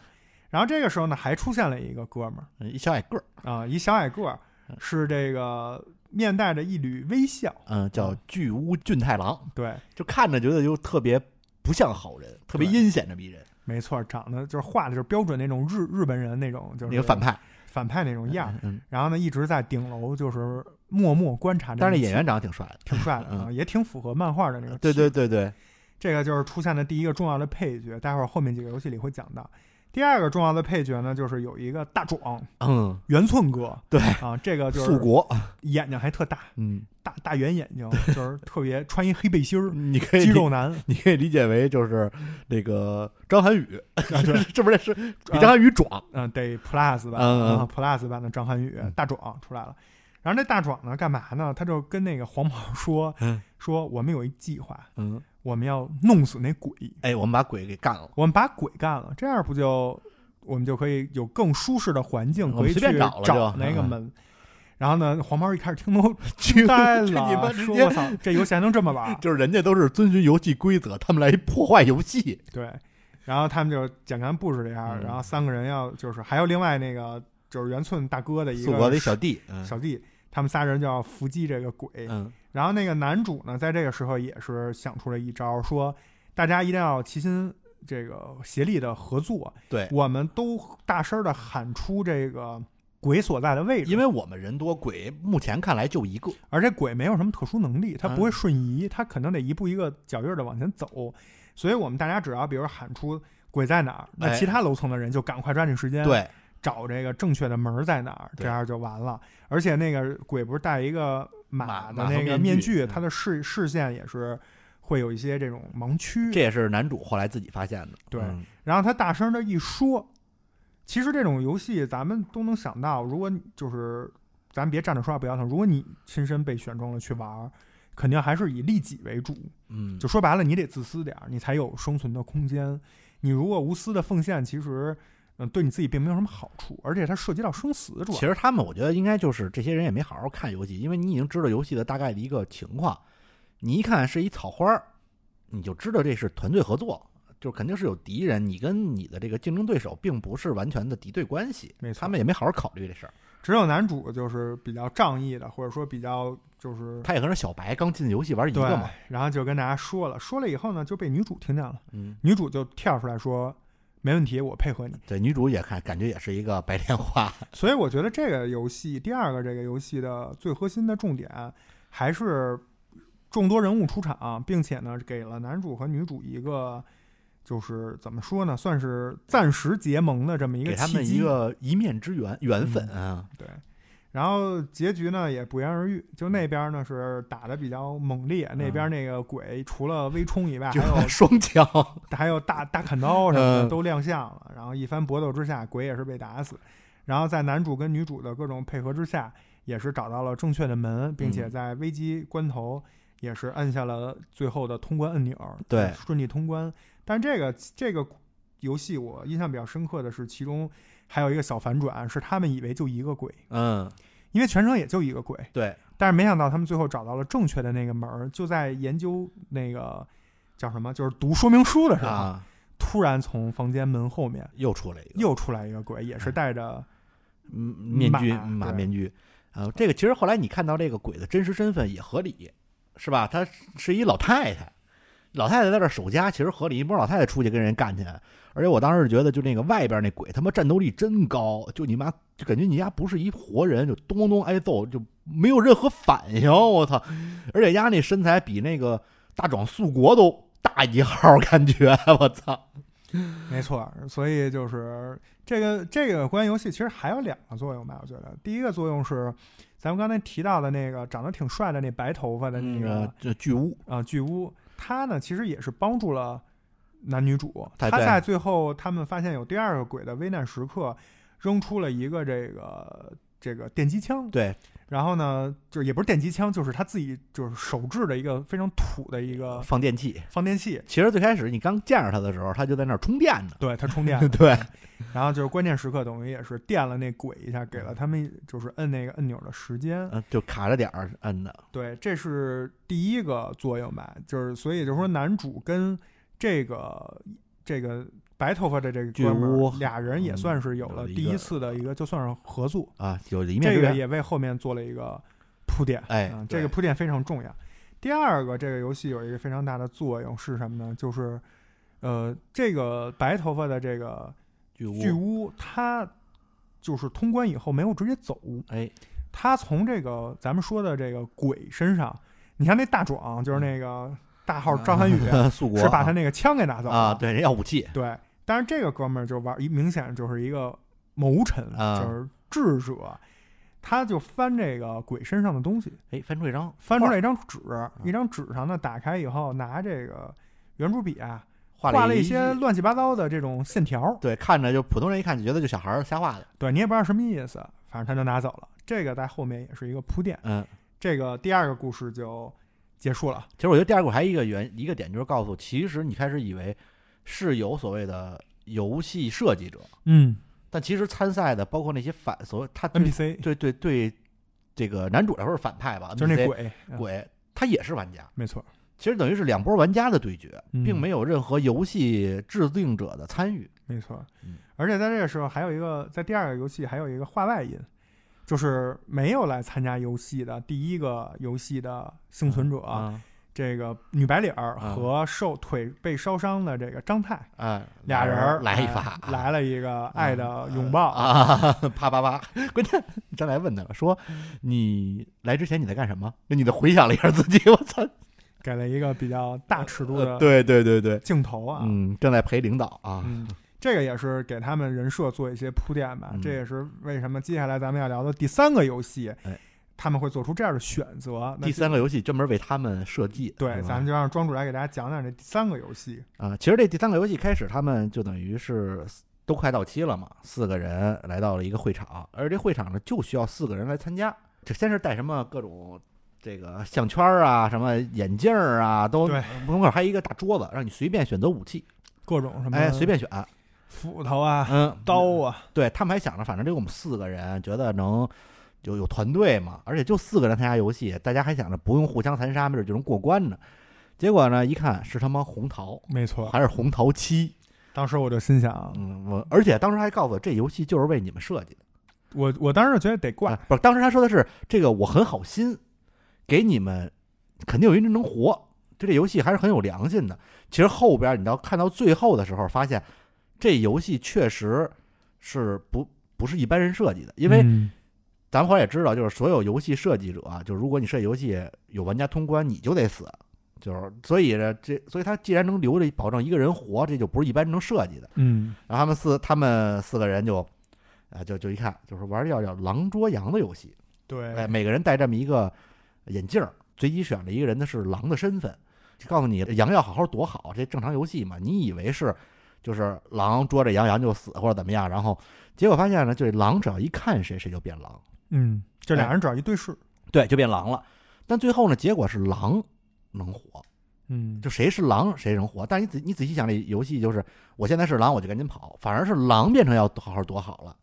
然后这个时候呢，还出现了一个哥们一小矮个儿，儿啊，一小矮个儿，是这个面带着一缕微笑，嗯，啊叫巨屋俊太郎，对，就看着觉得就特别不像好人，特别对阴险这么一人，没错，长得就是画的就是标准那种日日本人那种，就是那个反派反派那种样儿。嗯，然后呢，一直在顶楼就是默默观察这个但戏。是演员长得挺帅的，挺帅的啊，也挺符合漫画的那个。对对，对对，这个就是出现的第一个重要的配角，待会儿后面几个游戏里会讲到。第二个重要的配角呢，就是有一个大壮嗯，圆寸哥，对啊，这个就素是国，眼睛还特大，嗯，大大圆眼睛，就是特别穿 (laughs) 一黑背心儿，你可以肌理肉男，你可以理解为就是那个张涵予，啊 (laughs) 对是不是是比张涵予壮？嗯，得 Plus 版嗯嗯啊，Plus 版的张涵予嗯大壮出来了。然后这大壮呢，干嘛呢？他就跟那个黄毛说嗯，说我们有一计划，嗯，我们要弄死那鬼，哎，我们把鬼给干了，我们把鬼干了，这样不就我们就可以有更舒适的环境，我可们以去随便找了就嗯那个门。然后呢，黄毛一开始听 (laughs) 都去呆去你妈了，直说接我操，这游戏还能这么 (laughs) 玩儿？就是人家都是遵循游戏规则，他们来破坏游戏。对。然后他们就简单布置了一下，嗯然后三个人要就是还有另外那个就是圆寸大哥的一素国的个一小弟，嗯小弟，他们仨人就要伏击这个鬼。嗯然后那个男主呢，在这个时候也是想出了一招，说大家一定要齐心这个协力的合作，对，我们都大声的喊出这个鬼所在的位置，因为我们人多，鬼目前看来就一个，而且鬼没有什么特殊能力，它嗯不会瞬移，它可能得一步一个脚印的往前走，所以我们大家只要比如喊出鬼在哪儿，那哎其他楼层的人就赶快抓紧时间对，找这个正确的门儿在哪儿，对这样就完了。而且那个鬼不是戴一个马马的马头那个面具具，嗯他的视视线也是会有一些这种盲区这。也是男主后来自己发现的。对嗯然后他大声的一说，其实这种游戏咱们都能想到，如果你就是咱别站着说话不腰疼，如果你亲身被选中了去玩儿，肯定还是以利己为主。嗯，就说白了，你得自私点儿，你才有生存的空间。你如果无私的奉献，其实嗯对你自己并没有什么好处，而且它涉及到生死，主要其实他们我觉得应该就是这些人也没好好看游戏，因为你已经知道游戏的大概的一个情况。你一看是一草花儿，你就知道这是团队合作，就是肯定是有敌人，你跟你的这个竞争对手并不是完全的敌对关系，没错他们也没好好考虑这事儿。只有男主就是比较仗义的，或者说比较就是他也可能是小白刚进游戏玩一对个嘛，，然后就跟大家说了，说了以后呢，就被女主听见了，嗯，女主就跳出来说。没问题，我配 (laughs) 合你。对，女主也看感觉也是一个白莲花，所以我觉得这个游戏，第二个这个游戏的最核心的重点还是众多人物出场，并且呢，给了男主和女主一个就是怎么说呢，算是暂时结盟的这么一个给他契们机。嗯一个一面之缘缘分啊，对，然后结局呢也不言而喻，就那边呢是打的比较猛烈，那边那个鬼除了微冲以外，还嗯啊就有 (laughs) 双枪，还有大大砍刀什么的嗯都亮相了，然后一番搏斗之下，鬼也是被打死，然后在男主跟女主的各种配合之下，也是找到了正确的门，并嗯且在危机关头也是按下了最后的通关按钮，对顺利通关。但这个这个游戏我印象比较深刻的是，其中还有一个小反转，是他们以为就一个鬼，嗯，因为全程也就一个鬼，对，但是没想到他们最后找到了正确的那个门儿，就在研究那个叫什么，就是读说明书的时候。啊，突然从房间门后面又出来一个，又出来一个鬼，也是戴着嗯，面具马马对面具啊、这个其实后来你看到这个鬼的真实身份也合理，是吧？她是一老太太，老太太在这儿守家，其实合理。一帮老太太出去跟人干去，而且我当时觉得，就那个外边那鬼他妈战斗力真高，就你妈就感觉你家不是一活人，就咚咚咚挨揍，就没有任何反应。我操！而且丫那身材比那个大壮素国都大一号，感觉 (laughs) 我操。没错，所以就是这个这个关于游戏其实还有两个作用吧，我觉得第一个作用是咱们刚才提到的那个长得挺帅的那白头发的那那个个这巨物，啊、呃巨巫，他呢其实也是帮助了男女主，太他对在最后他们发现有第二个鬼的危难时刻，扔出了一个这个这个电击枪，对，然后呢就是也不是电击枪，就是他自己就是手制的一个非常土的一个放电器。放电器，其实最开始你刚见着他的时候，他就在那儿充电呢。 (laughs) 对他充电了， (laughs) 对，然后就是关键时刻等于也是电了那鬼一下，给了他们就是摁那个按钮的时间。嗯，就卡着点儿摁的。对，这是第一个作用吧，就是所以就是说男主跟这个这个白头发的这个巨哥们巫儿俩人也嗯算是有有了了一第一个次的一个就算是合作，啊，有一面这个之缘。也为后面做了一个铺垫。哎啊对这个铺垫非常重要。第二个，这个游戏有一个非常大的作用是什么呢？就是呃，这个白头发的这个巨巨物，屋他就是通关以后没有直接走，哎，他从这个咱们说的这个鬼身上，你看那大壮嗯就是那个大号张 (laughs) 涵予，素国是把他啊那个枪给拿走了嗯啊，对，人要武器，对，但是这个哥们儿就玩，一明显就是一个谋臣，啊就是智者，他就翻这个鬼身上的东西，哎，翻出一张，翻出来一张纸，嗯一张纸上呢打开以后拿这个圆珠笔啊画画了一一些乱七八糟的这种线条，对，看着就普通人一看就觉得就小孩儿瞎画的，对你也不知道什么意思，反正他就拿走了。这个在后面也是一个铺垫，嗯。这个第二个故事就结束了。其实我觉得第二个还有一个原一个点就是告诉，其实你开始以为是有所谓的游戏设计者，嗯但其实参赛的包括那些反所谓他对，NPC 对对对，这个男主来说是反派吧， (laughs) 就是那 NPC 鬼，嗯鬼，他也是玩家，没错，其实等于是两波玩家的对决，嗯并没有任何游戏制定者的参与。没错嗯。而且在这个时候，还有一个在第二个游戏还有一个话外音，就是没有来参加游戏的第一个游戏的幸存者，啊，这个女白领儿啊和受腿被烧伤的这个张太。哎，俩人儿来一发，哎来了一个爱的拥抱啊！啊，啪啪啪！关键张来问他了，说你来之前你在干什么？那女的回想了一下自己，我操！给了一个比较大尺度的呃对对对对，镜头啊，嗯，正在陪领导啊， (laughs) 嗯，这个也是给他们人设做一些铺垫吧。嗯这也是为什么接下来咱们要聊的第三个游戏，哎他们会做出这样的选择。那第三个游戏专门为他们设计，对，是吧咱们就让庄主来给大家讲讲这第三个游戏。啊，其实这第三个游戏开始，他们就等于是都快到期了嘛，四个人来到了一个会场，而这会场呢就需要四个人来参加。这先是带什么各种这个项圈儿啊，什么眼镜儿啊，都对门口还有一个大桌子，让你随便选择武器，各种什么，哎，随便选，斧头啊、嗯，刀啊，对他们还想着，反正这个我们四个人觉得能有有团队嘛，而且就四个人参加游戏，大家还想着不用互相残杀，没准就能过关呢。结果呢，一看是他妈红桃，没错。还是红桃七。当时我就心想，嗯，我而且当时还告诉我，这游戏就是为你们设计的。我我当时就觉得得挂啊，不是，当时他说的是这个，我很好心，给你们，肯定有一人能活。就这游戏还是很有良心的。其实后边你到看到最后的时候，发现这游戏确实是不不是一般人设计的，因为嗯咱们后来也知道，就是所有游戏设计者啊，就如果你设计游戏有玩家通关，你就得死，就是所以呢，这所以他既然能留着保证一个人活，这就不是一般人能设计的。嗯，然后他们四他们四个人就，啊就就一看就是玩儿叫叫狼捉羊的游戏，哎，对，每个人戴这么一个眼镜儿，随机选了一个人的是狼的身份，就告诉你羊要好好躲好，这正常游戏嘛。你以为是就是狼捉着羊，羊就死或者怎么样，然后结果发现呢，就是狼只要一看谁，谁就变狼，嗯，这哎俩人只要一对视，对，就变狼了。但最后呢，结果是狼能活，嗯，就谁是狼谁能活。但是你仔你仔细想，这游戏就是我现在是狼，我就赶紧跑，反而是狼变成要好好躲好了，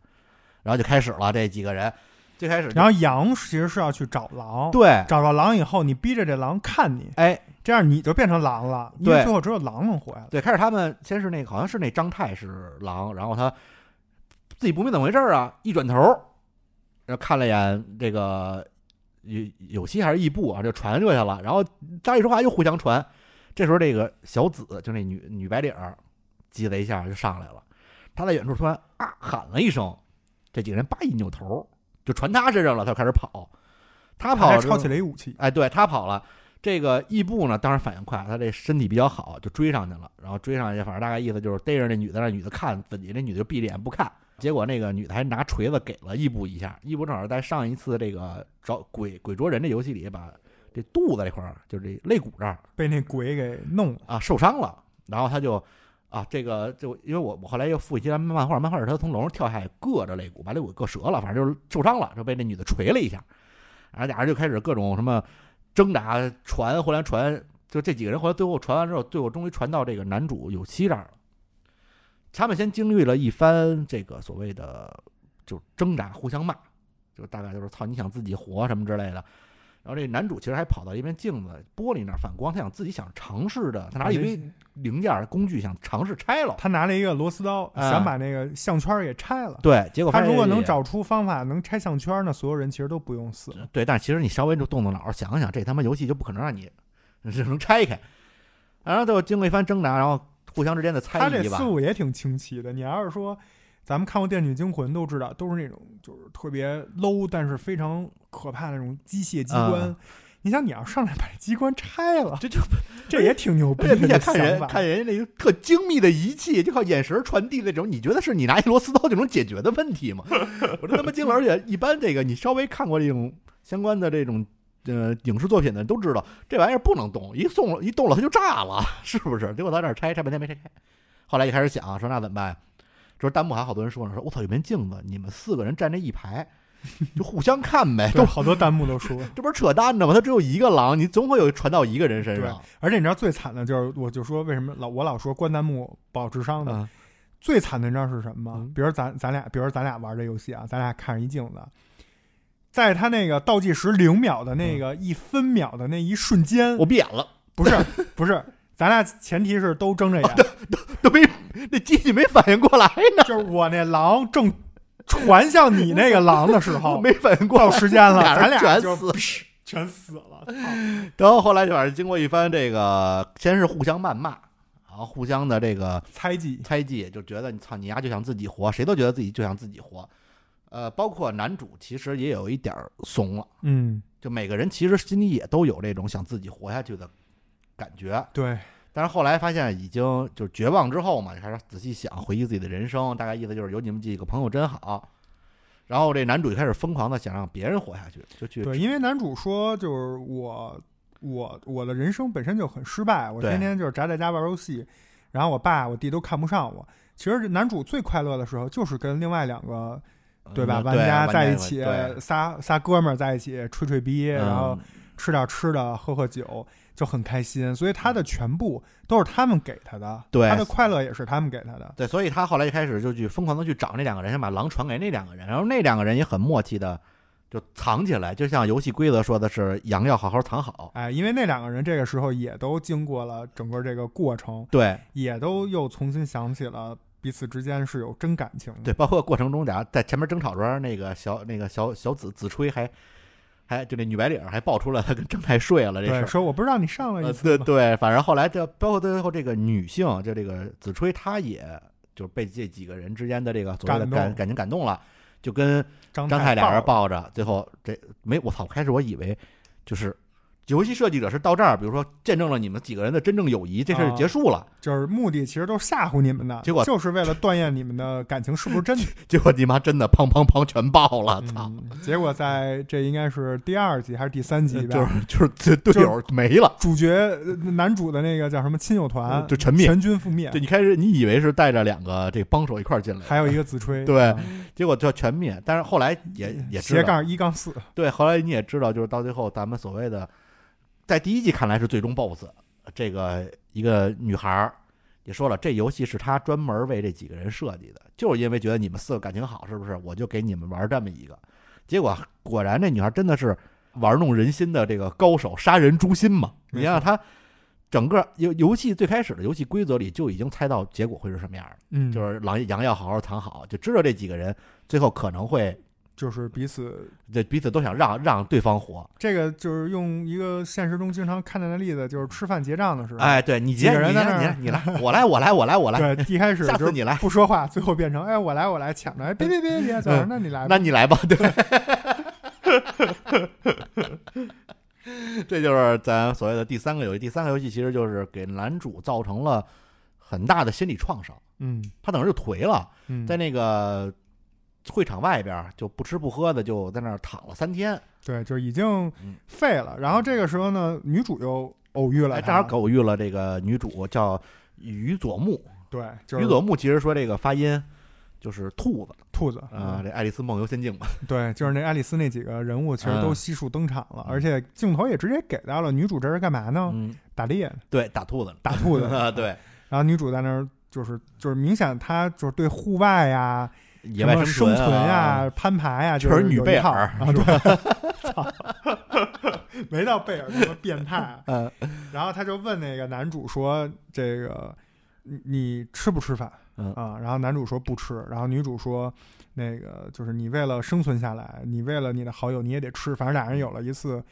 然后就开始了这几个人，最开始就然后羊其实是要去找狼，对，找到狼以后，你逼着这狼看你，哎，这样你就变成狼了，因为对最后只有狼能活下来。对，开始他们先是那个好像是那张泰是狼，然后他自己不明怎么回事儿啊，一转头，然后看了一眼这个有有希还是异步啊，就传过去了，然后大家一说话又互相传，这时候这个小紫就那女女白领儿，急了一下就上来了，她在远处突然啊喊了一声，这几个人叭一扭头就传她身上了，她就开始跑，她跑还了之后抄起了一武器，哎，对他跑了。这个异步呢，当然反应快，他这身体比较好，就追上去了。然后追上去，反正大概意思就是逮着那女的，让女的看自己，那女的就闭着眼不看。结果那个女的还拿锤子给了异步一下。异步正好在上一次这个找鬼鬼捉人这游戏里，把这肚子这块儿，就是这肋骨这儿被那鬼给弄了。啊受伤了。然后他就啊，这个就因为我我后来又复一些漫画，漫画是他从楼上跳下去硌着肋骨，把肋骨硌折了，反正就是受伤了，就被那女的捶了一下。然后俩人就开始各种什么挣扎、传，后来传，就这几个人后来最后传完之后，最后终于传到这个男主有希这儿了。他们先经历了一番这个所谓的就挣扎、互相骂，就大概就是操你想自己活什么之类的。然后这男主其实还跑到一面镜子玻璃那儿反光，他想自己想尝试的，他拿了哎一堆零件儿工具想尝试拆了。他拿了一个螺丝刀，啊想把那个项圈给拆了。对，结果发他现如果这能也找出方法能拆项圈，那所有人其实都不用死。对，但是其实你稍微就动动脑儿想想，这他妈游戏就不可能让你 (laughs) 只能拆开。然后就经过一番挣扎，然后互相之间的猜他这疑吧思。路也挺清奇的。你要是说，咱们看过《电锯惊魂》都知道，都是那种就是特别 low，但是非常可怕的那种机械机关。嗯你想，你要上来把这机关拆了，这就这也挺牛逼 (laughs) 而且的明这显看想人法。看人家那个特精密的仪器，就靠眼神传递那种，你觉得是你拿一螺丝刀就能解决的问题吗？我这他妈惊了！而且一般这个你稍微看过这种相关的这种呃影视作品的都知道，这玩意儿不能动，一送一动了它就炸了， (laughs) 是不是？结果在那儿拆拆半天没拆开，后来就开始想啊说那怎么办？就是弹幕还好多人说呢，说我操有面镜子，你们四个人站这一排，就互相看 (laughs) 呗，对，都好多弹幕都说。这不是扯淡呢吗？他只有一个狼，你总会有传到一个人身对上。而且你知道最惨的就是，我就说为什么老我老说关弹幕保智商呢？啊最惨的你知道是什么吗？嗯比如咱咱俩，比如咱俩玩这游戏啊，咱俩看着一镜子，在他那个倒计时零秒的那个一分秒的那一瞬间，嗯我闭眼了。不是不是，咱俩前提是都睁着哦眼，都没那机器没反应过来呢，就是我那狼正传向你那个狼的时候，没反应过到来，时间了，俩咱人俩全就死。全死了。然后后来就反正经过一番这个，先是互相谩骂，然后互相的这个猜忌，猜忌，就觉得你操你丫就想自己活，谁都觉得自己就想自己活。呃，包括男主其实也有一点儿怂了，嗯，就每个人其实心里也都有这种想自己活下去的感觉。对，但是后来发现已经就是绝望之后嘛，就开始仔细想回忆自己的人生，大概意思就是有你们几个朋友真好。然后这男主就开始疯狂的想让别人活下去，就去对，因为男主说就是我我我的人生本身就很失败，我对天天就是宅在家玩游戏，然后我爸我弟都看不上我。其实男主最快乐的时候就是跟另外两个对吧、嗯玩家在一玩起对，仨仨哥们儿在一起吹吹逼，嗯然后吃点吃的，喝喝酒。就很开心，所以他的全部都是他们给他的，嗯对他的快乐也是他们给他的，对，所以他后来就开始就去疯狂的去找那两个人，想把狼传给那两个人，然后那两个人也很默契的就藏起来，就像游戏规则说的是羊要好好藏好。哎，因为那两个人这个时候也都经过了整个这个过程，对也都又重新想起了彼此之间是有真感情的。 (laughs) 对，包括过程中俩在前面争吵中，那个小那个小小紫紫吹还还就那女白领还爆出了她跟正太睡了这事对，儿。说我不是让你上来呃，一次 (laughs) 对吗？对，反正后来这包括最后这个女性，就这个子吹，她也就是被这几个人之间的这个所谓的感动感感情感动了，就跟张张太俩抱人了抱着，最后这没我操！开始我以为就是游戏设计者是到这儿，比如说见证了你们几个人的真正友谊，这事儿就结啊束了。就是目的其实都是吓唬你们的，结果就是为了断验你们的感情是不是 (laughs) 真的。结果你妈真的砰砰砰全爆了，操！嗯，结果在这应该是第二集还是第三集吧？ (laughs) 就是就是这队友没了，主角呃男主的那个叫什么亲友团，就全灭。啊全军覆灭就，你开始你以为是带着两个这帮手一块儿进来的，还有一个子吹，对啊结果就全灭。但是后来也也知斜道，杠一杠四，对，后来你也知道，就是到最后咱们所谓的在第一季看来是最终 BOSS，这个一个女孩儿也说了，这游戏是她专门为这几个人设计的，就是因为觉得你们四个感情好，是不是？我就给你们玩这么一个。结果果然，这女孩真的是玩弄人心的这个高手，杀人诛心嘛！你没想想她。整个游游戏最开始的游戏规则里就已经猜到结果会是什么样了，嗯，就是狼羊要好好藏好，就知道这几个人最后可能会就是彼此这彼此都想让让对方活，这个就是用一个现实中经常看见的例子，就是吃饭结账的时候，，哎，对你几接个人你在那来儿你来你 (laughs) 来，我来我来我来我来，对，一开始下就次是你来，不说话，最后变成哎我来我来抢着，哎别别别别，怎么那你来吧，嗯那你来吧，对。 (laughs) 这就是咱所谓的第三个游戏，第三个游戏其实就是给男主造成了很大的心理创伤，嗯他等于就颓了，嗯，在那个会场外边儿就不吃不喝的就在那儿躺了三天，对，就是已经嗯废了。然后这个时候呢，女主又偶遇了哎他，正好偶遇了这个女主叫于佐木，对，就于是佐木其实说这个发音就是兔子兔子嗯啊、这《爱丽丝梦游仙境》嘛。对，就是那爱丽丝那几个人物其实都嗯悉数登场了，嗯而且镜头也直接给到了女主这是干嘛呢？嗯，打猎，对，打 (laughs) 兔子呢打兔子。 (laughs) 啊，对，然后女主在那儿就是就是明显她就是对户外啊呀、野什外么生存存啊，呀、攀爬呀，全就是女有一贝套尔啊，对，操，没到贝尔那么变态啊。嗯 (laughs) 然后他就问那个男主说：“这个你你吃不吃饭？”嗯啊，然后男主说不吃，然后女主说：“那个就是你为了生存下来，你为了你的好友，你也得吃。”反正俩人有了一次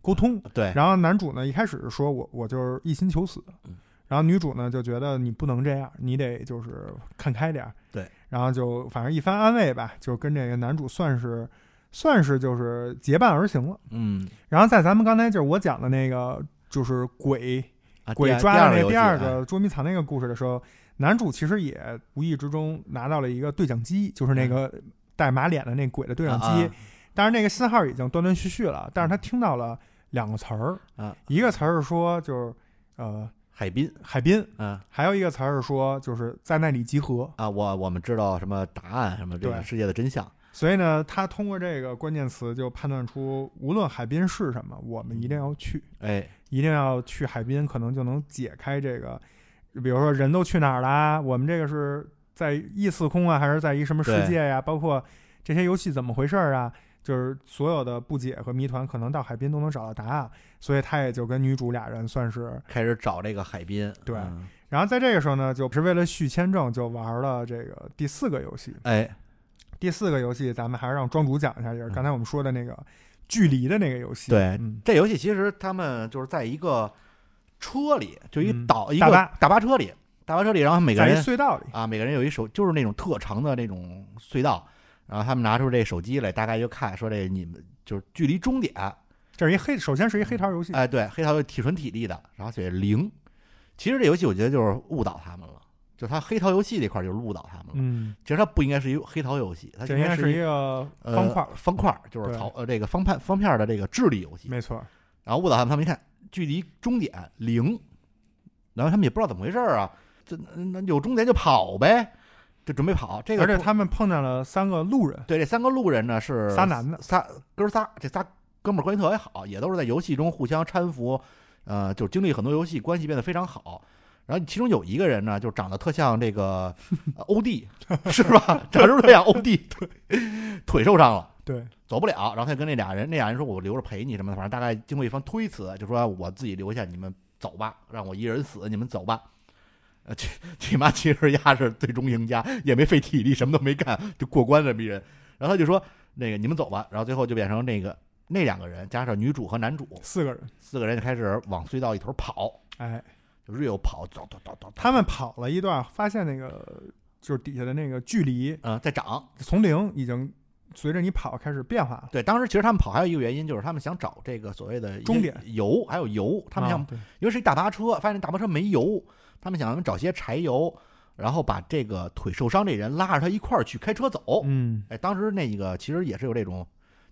沟通。对，然后男主呢一开始是说我我就是一心求死嗯，然后女主呢就觉得你不能这样，你得就是看开点儿。对，然后就反正一番安慰吧，就跟这个男主算是算是就是结伴而行了。嗯，然后在咱们刚才就是我讲的那个就是鬼啊第鬼二抓的第那第二二游戏哎个捉迷藏那个故事的时候，男主其实也无意之中拿到了一个对讲机，就是那个带马脸的那鬼的对讲嗯啊机，但是那个信号已经断断续续了，但是他听到了两个词儿，啊，一个词儿是说就是呃海滨海滨，啊还有一个词儿是说就是在那里集合。啊，我我们知道什么答案，什么这个对世界的真相，所以呢，他通过这个关键词就判断出，无论海滨是什么，我们一定要去。哎，一定要去海滨，可能就能解开这个，比如说人都去哪儿啦，我们这个是在异次空啊，还是在一什么世界呀、包括这些游戏怎么回事儿啊？就是所有的不解和谜团，可能到海滨都能找到答案。所以他也就跟女主俩人算是，开始找这个海滨，对嗯然后在这个时候呢，就不是为了续签证，就玩了这个第四个游戏。哎，第四个游戏，咱们还是让庄主讲一下，也是刚才我们说的那个距离的那个游戏。嗯对嗯，这游戏其实他们就是在一个车里，就一嗯岛、一大个巴大巴车里，大巴车里，然后每个在一人隧道里，啊，每个人有一手，就是那种特长的那种隧道，然后他们拿出这手机来，大概就看说这你们就是距离终点。这是一黑，首先是一黑桃游戏。哎，对，黑桃是体纯体力的，然后写零。其实这游戏我觉得就是误导他们了，就他黑桃游戏这块儿就是误导他们了。嗯，其实它不应该是一个黑桃游戏，它这应应该该是是一个个呃方块儿，方块儿就是对桃呃这个方片方片儿的这个智力游戏。没错，然后误导他们，他们一看距离终点零，然后他们也不知道怎么回事儿啊，这那有终点就跑呗，就准备跑。这个而且不他们碰见了三个路人，对这三个路人呢是仨男的，仨哥仨，这仨哥们儿关系特别好，也都是在游戏中互相搀扶，呃，就经历很多游戏，关系变得非常好。然后其中有一个人呢，就长得特像这 (laughs) 个呃欧弟，是吧？长得是不是特像欧弟？腿腿受伤了，对，走不了，然后他就跟那俩人，那俩人说我留着陪你什么的，反正大概经过一番推辞，就说啊我自己留下，你们走吧，让我一人死，你们走吧。呃，去去妈，其实丫是最终赢家，也没费体力，什么都没干就过关这么一人。然后他就说那个你们走吧，然后最后就变成那个那两个人加上女主和男主四个人，四个人就开始往隧道一头跑，哎，就 real 跑，走走走走，他们跑了一段，发现那个就是底下的那个距离嗯、呃在涨，从零已经随着你跑开始变化了，对，当时其实他们跑还有一个原因，就是他们想找这个所谓的终点油，还有油，他啊们想，对因为是一大巴车，发现那大巴车没油，他们想找些柴油，然后把这个腿受伤这人拉着他一块儿去开车走。嗯，哎，当时那个其实也是有这种，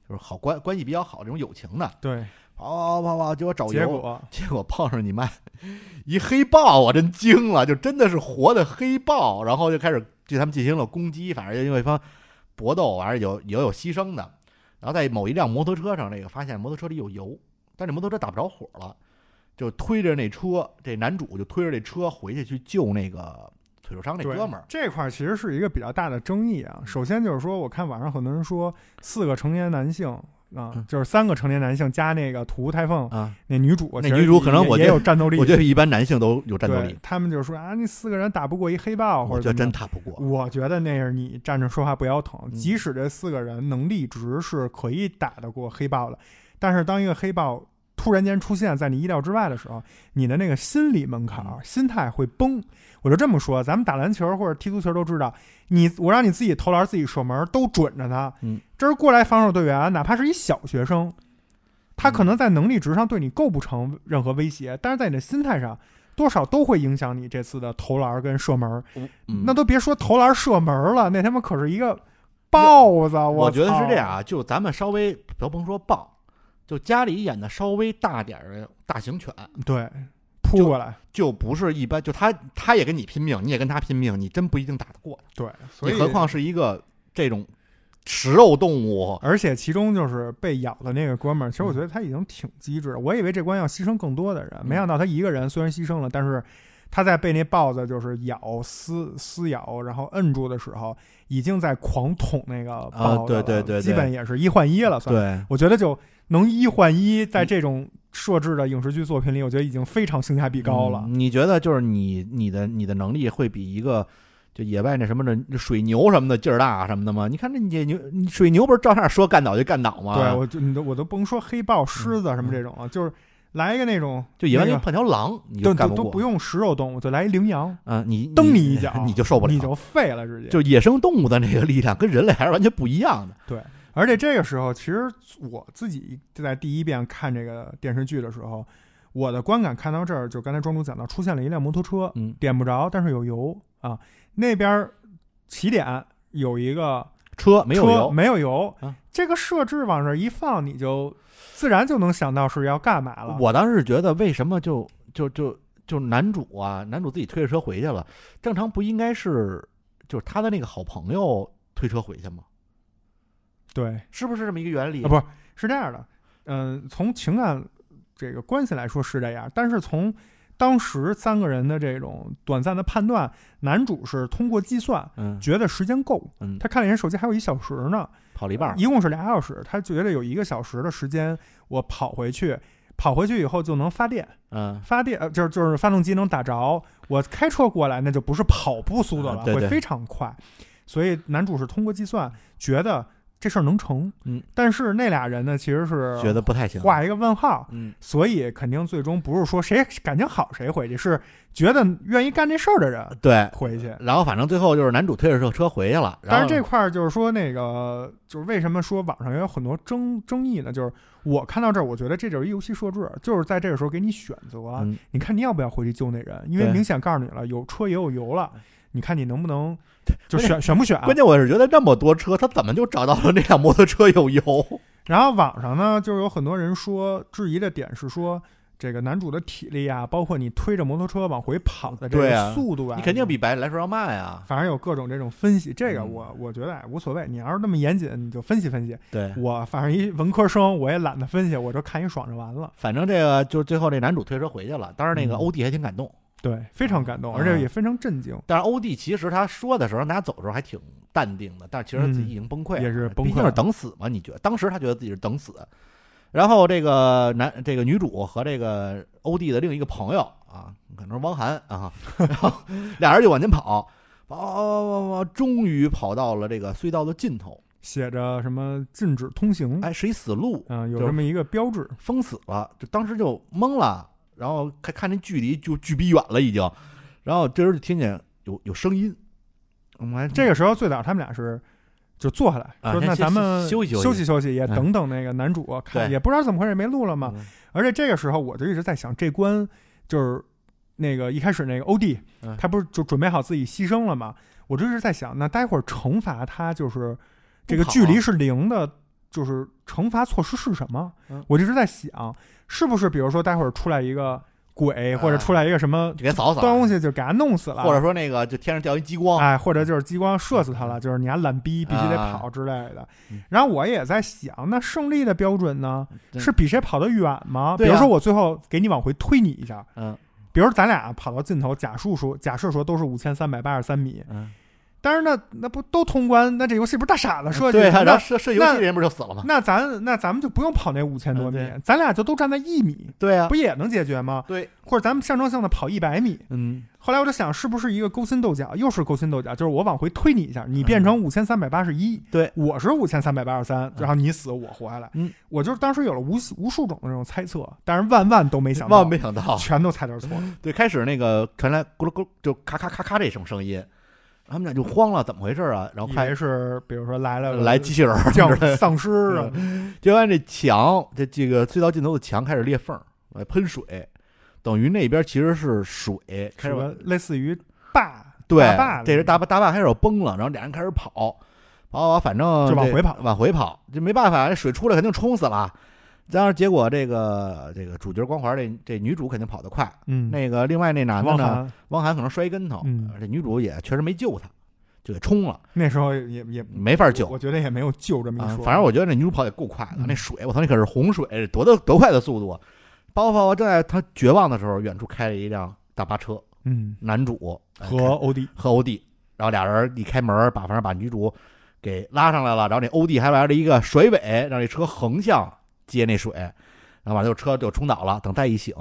就是好关关系比较好这种友情的，对，跑跑跑跑，结果找油，结果结果碰上你妈一黑豹，啊我真惊了，就真的是活的黑豹，然后就开始对他们进行了攻击，反正就因为一方搏斗，完了有也有牺牲的。然后在某一辆摩托车上，这个发现摩托车里有油，但这摩托车打不着火了，就推着那车，这男主就推着这车回去去救那个腿受伤那对哥们儿。这块儿其实是一个比较大的争议啊。首先就是说，我看网上很多人说，四个成年男性啊嗯，就是三个成年男性加那个土台凤啊，那女主，那其实女主可能也我觉也得有战斗力，我觉得一般男性都有战斗对力，他们就说啊，那四个人打不过一黑豹，或我者觉得怎真么打不过。样。我觉得那是你站着说话不腰疼，嗯即使这四个人能力值是可以打得过黑豹的，但是当一个黑豹突然间出现在你意料之外的时候，你的那个心理门槛儿、嗯心态会崩。我就这么说，咱们打篮球或者踢足球都知道，你我让你自己投篮、自己射门都准着他，嗯这是过来防守队员，哪怕是一小学生，他嗯可能在能力值上对你构不成任何威胁，但是在你的心态上。多少都会影响你这次的投篮跟射门，嗯那都别说投篮射门了，那他妈可是一个豹子！我觉得是操这样，啊，就咱们稍微不甭说豹，就家里演的稍微大点儿的大型犬，对，扑过来，就不是一般，就他他也跟你拼命，你也跟他拼命，你真不一定打得过，对，所你以何况是一个这种食肉动物。而且其中就是被咬的那个哥们儿，其实我觉得他已经挺机智了。我以为这关要牺牲更多的人，没想到他一个人虽然牺牲了，但是他在被那豹子就是咬、撕、撕咬，然后摁住的时候，已经在狂捅那个啊豹子了、对对对对基本也是一换一了，算。对，我觉得就能一换一，在这种设置的影视剧作品里，我觉得已经非常性价比高了。你觉得就是你你的你的能力会比一个就野外那什么的水牛什么的劲儿大什么的吗？你看那野牛，你水牛不是照样说干倒就干倒吗？对，我就你都我都甭说黑豹、狮子什么这种了，就是来一个那种嗯就野外那就个碰条狼，你都就干都都过不。用食肉动物，就来一羚羊，嗯，你蹬你一脚 (laughs) 你就受不了，你就废了直接。就野生动物的那个力量跟人类还是完全不一样的。而且这个时候，其实我自己在第一遍看这个电视剧的时候，我的观感看到这儿，就刚才庄主讲到，出现了一辆摩托车，嗯，点不着，但是有油啊，那边儿起点有一个车没有车油，没有油，啊这个设置往这儿一放，你就自然就能想到是要干嘛了。我当时觉得为什么就就就就男主啊，男主自己推着车回去了，正常不应该是就是他的那个好朋友推车回去吗？对是不是这么一个原理？啊，不是是这样的，嗯、从情感这个关系来说是这样，但是从当时三个人的这种短暂的判断，男主是通过计算嗯觉得时间够，嗯，他看了一眼手机还有一小时呢，跑了一半儿，一共是俩小时，他觉得有一个小时的时间我跑回去。跑回去以后就能发电，嗯，发电呃就是就是发动机能打着。我开车过来那就不是跑步速度了，啊对会对非常快。所以男主是通过计算觉得这事儿能成，嗯，但是那俩人呢其实是觉得不太行。画一个问号，嗯，所以肯定最终不是说谁感情好谁回去，是觉得愿意干这事儿的人对。回去。然后反正最后就是男主推着车车回去了，然但后是这块儿就是说，那个就是为什么说网上也有很多争争议呢？就是我看到这儿，我觉得这就是一游戏设置，就是在这个时候给你选择，嗯你看你要不要回去救那人？因为对哎明显告诉你了，有车也有油了，你看你能不能就关键选选不选？啊关键我是觉得那么多车，他怎么就找到了那辆摩托车 (laughs) 有油？然后网上呢，就是有很多人说质疑的点是说，这个男主的体力啊，包括你推着摩托车往回跑的这对个啊速度啊，你肯定比白人来说要慢啊。反正有各种这种分析。这个嗯我我觉得哎无所谓，你要是那么严谨，你就分析分析。对，我反正一文科生，我也懒得分析，我就看一爽就完了。反正这个就是最后这男主推车回去了，当时那个嗯欧弟还挺感动，对，非常感动，嗯而且也非常震惊，但是欧弟其实他说的时候，拿走的时候还挺淡定的，但是其实他自己已经崩溃了，嗯也是崩溃毕竟是等死嘛。你觉得当时他觉得自己是等死，然后这个男这个女主和这个欧弟的另一个朋友啊，可能是汪涵啊，然后俩人就往前跑，跑跑跑跑跑，终于跑到了这个隧道的尽头，写着什么禁止通行，哎，是一死路，嗯，有就是这么一个标志，封死了，就当时就懵了，然后看看那距离就距逼远了已经，然后这时候就听见有有声音，嗯我们还这个时候最早他们俩是就坐下来啊说：“先那咱们休息休息休息休息，也嗯等等那个男主啊看，对也不知道怎么回事，也没录了嘛。嗯而且这个时候我就一直在想，这关就是那个一开始那个欧弟嗯，他不是就准备好自己牺牲了嘛？我就一直在想，那待会儿惩罚他就是这个不跑距离是零的，就是惩罚措施是什么嗯？我就一直在想，是不是比如说待会儿出来一个鬼，或者出来一个什么嗯就给扫扫东西，就给他弄死了，或者说那个就天上掉一激光，哎，或者就是激光射死他了，就是你还懒逼，必须得跑之类的啊嗯。然后我也在想，那胜利的标准呢，对是比谁跑得远吗？比对啊如说我最后给你往回推你一下，嗯比如咱俩跑到尽头，假数说假设说都是五千三百八十三米，嗯，但是那那不都通关？那这游戏不是大傻子设计对的？啊，然那后射射游戏人不就死了吗？那咱那咱们就不用跑那五千多米嗯，咱俩就都站在一米，对啊不，也能解决吗？对，或者咱们象征性的跑一百米，嗯，后来我就想，是不是一个勾心斗角？又是勾心斗角，就是我往回推你一下，你变成五千三百八十一，嗯对我是五千三百八十三，然后你死我活下来。嗯，我就是当时有了无无数种的这种猜测，但是万万都没想万到，万没嗯 (laughs) 想到，全都猜到是错了。对，开始那个传来咕噜咕噜就咔咔咔咔这声声音，他们俩就慌了，怎么回事啊？然后以看为是比如说来了来机器人儿，降丧尸啊，嗯就按这墙，这这个隧道尽头的墙开始裂缝儿，呃，喷水，等于那边其实是水，什开始么往类似于坝对大坝，这是大坝大坝开始崩了，然后俩人开始跑，跑跑跑，反正就往这回跑往回跑，这没办法，这水出来肯定冲死了。然后结果这个这个主角光环这这女主肯定跑得快，嗯，那个另外那男的汪呢，涵汪涵可能摔一跟头，嗯这女主也确实没救他，就给冲了，那时候也也没法救我。觉得也没有救这么一啊说，，反正我觉得那女主跑得够快的，嗯那水我操，那可是洪水，这多的多快的速度啊！跑跑跑，正在他绝望的时候，远处开了一辆大巴车，嗯男主哎和开欧弟和欧弟，然后俩人一开门，把反正把女主给拉上来了，然后那欧弟还来了一个甩尾，让这车横向接那水，然后把这车就冲倒了。等再一醒，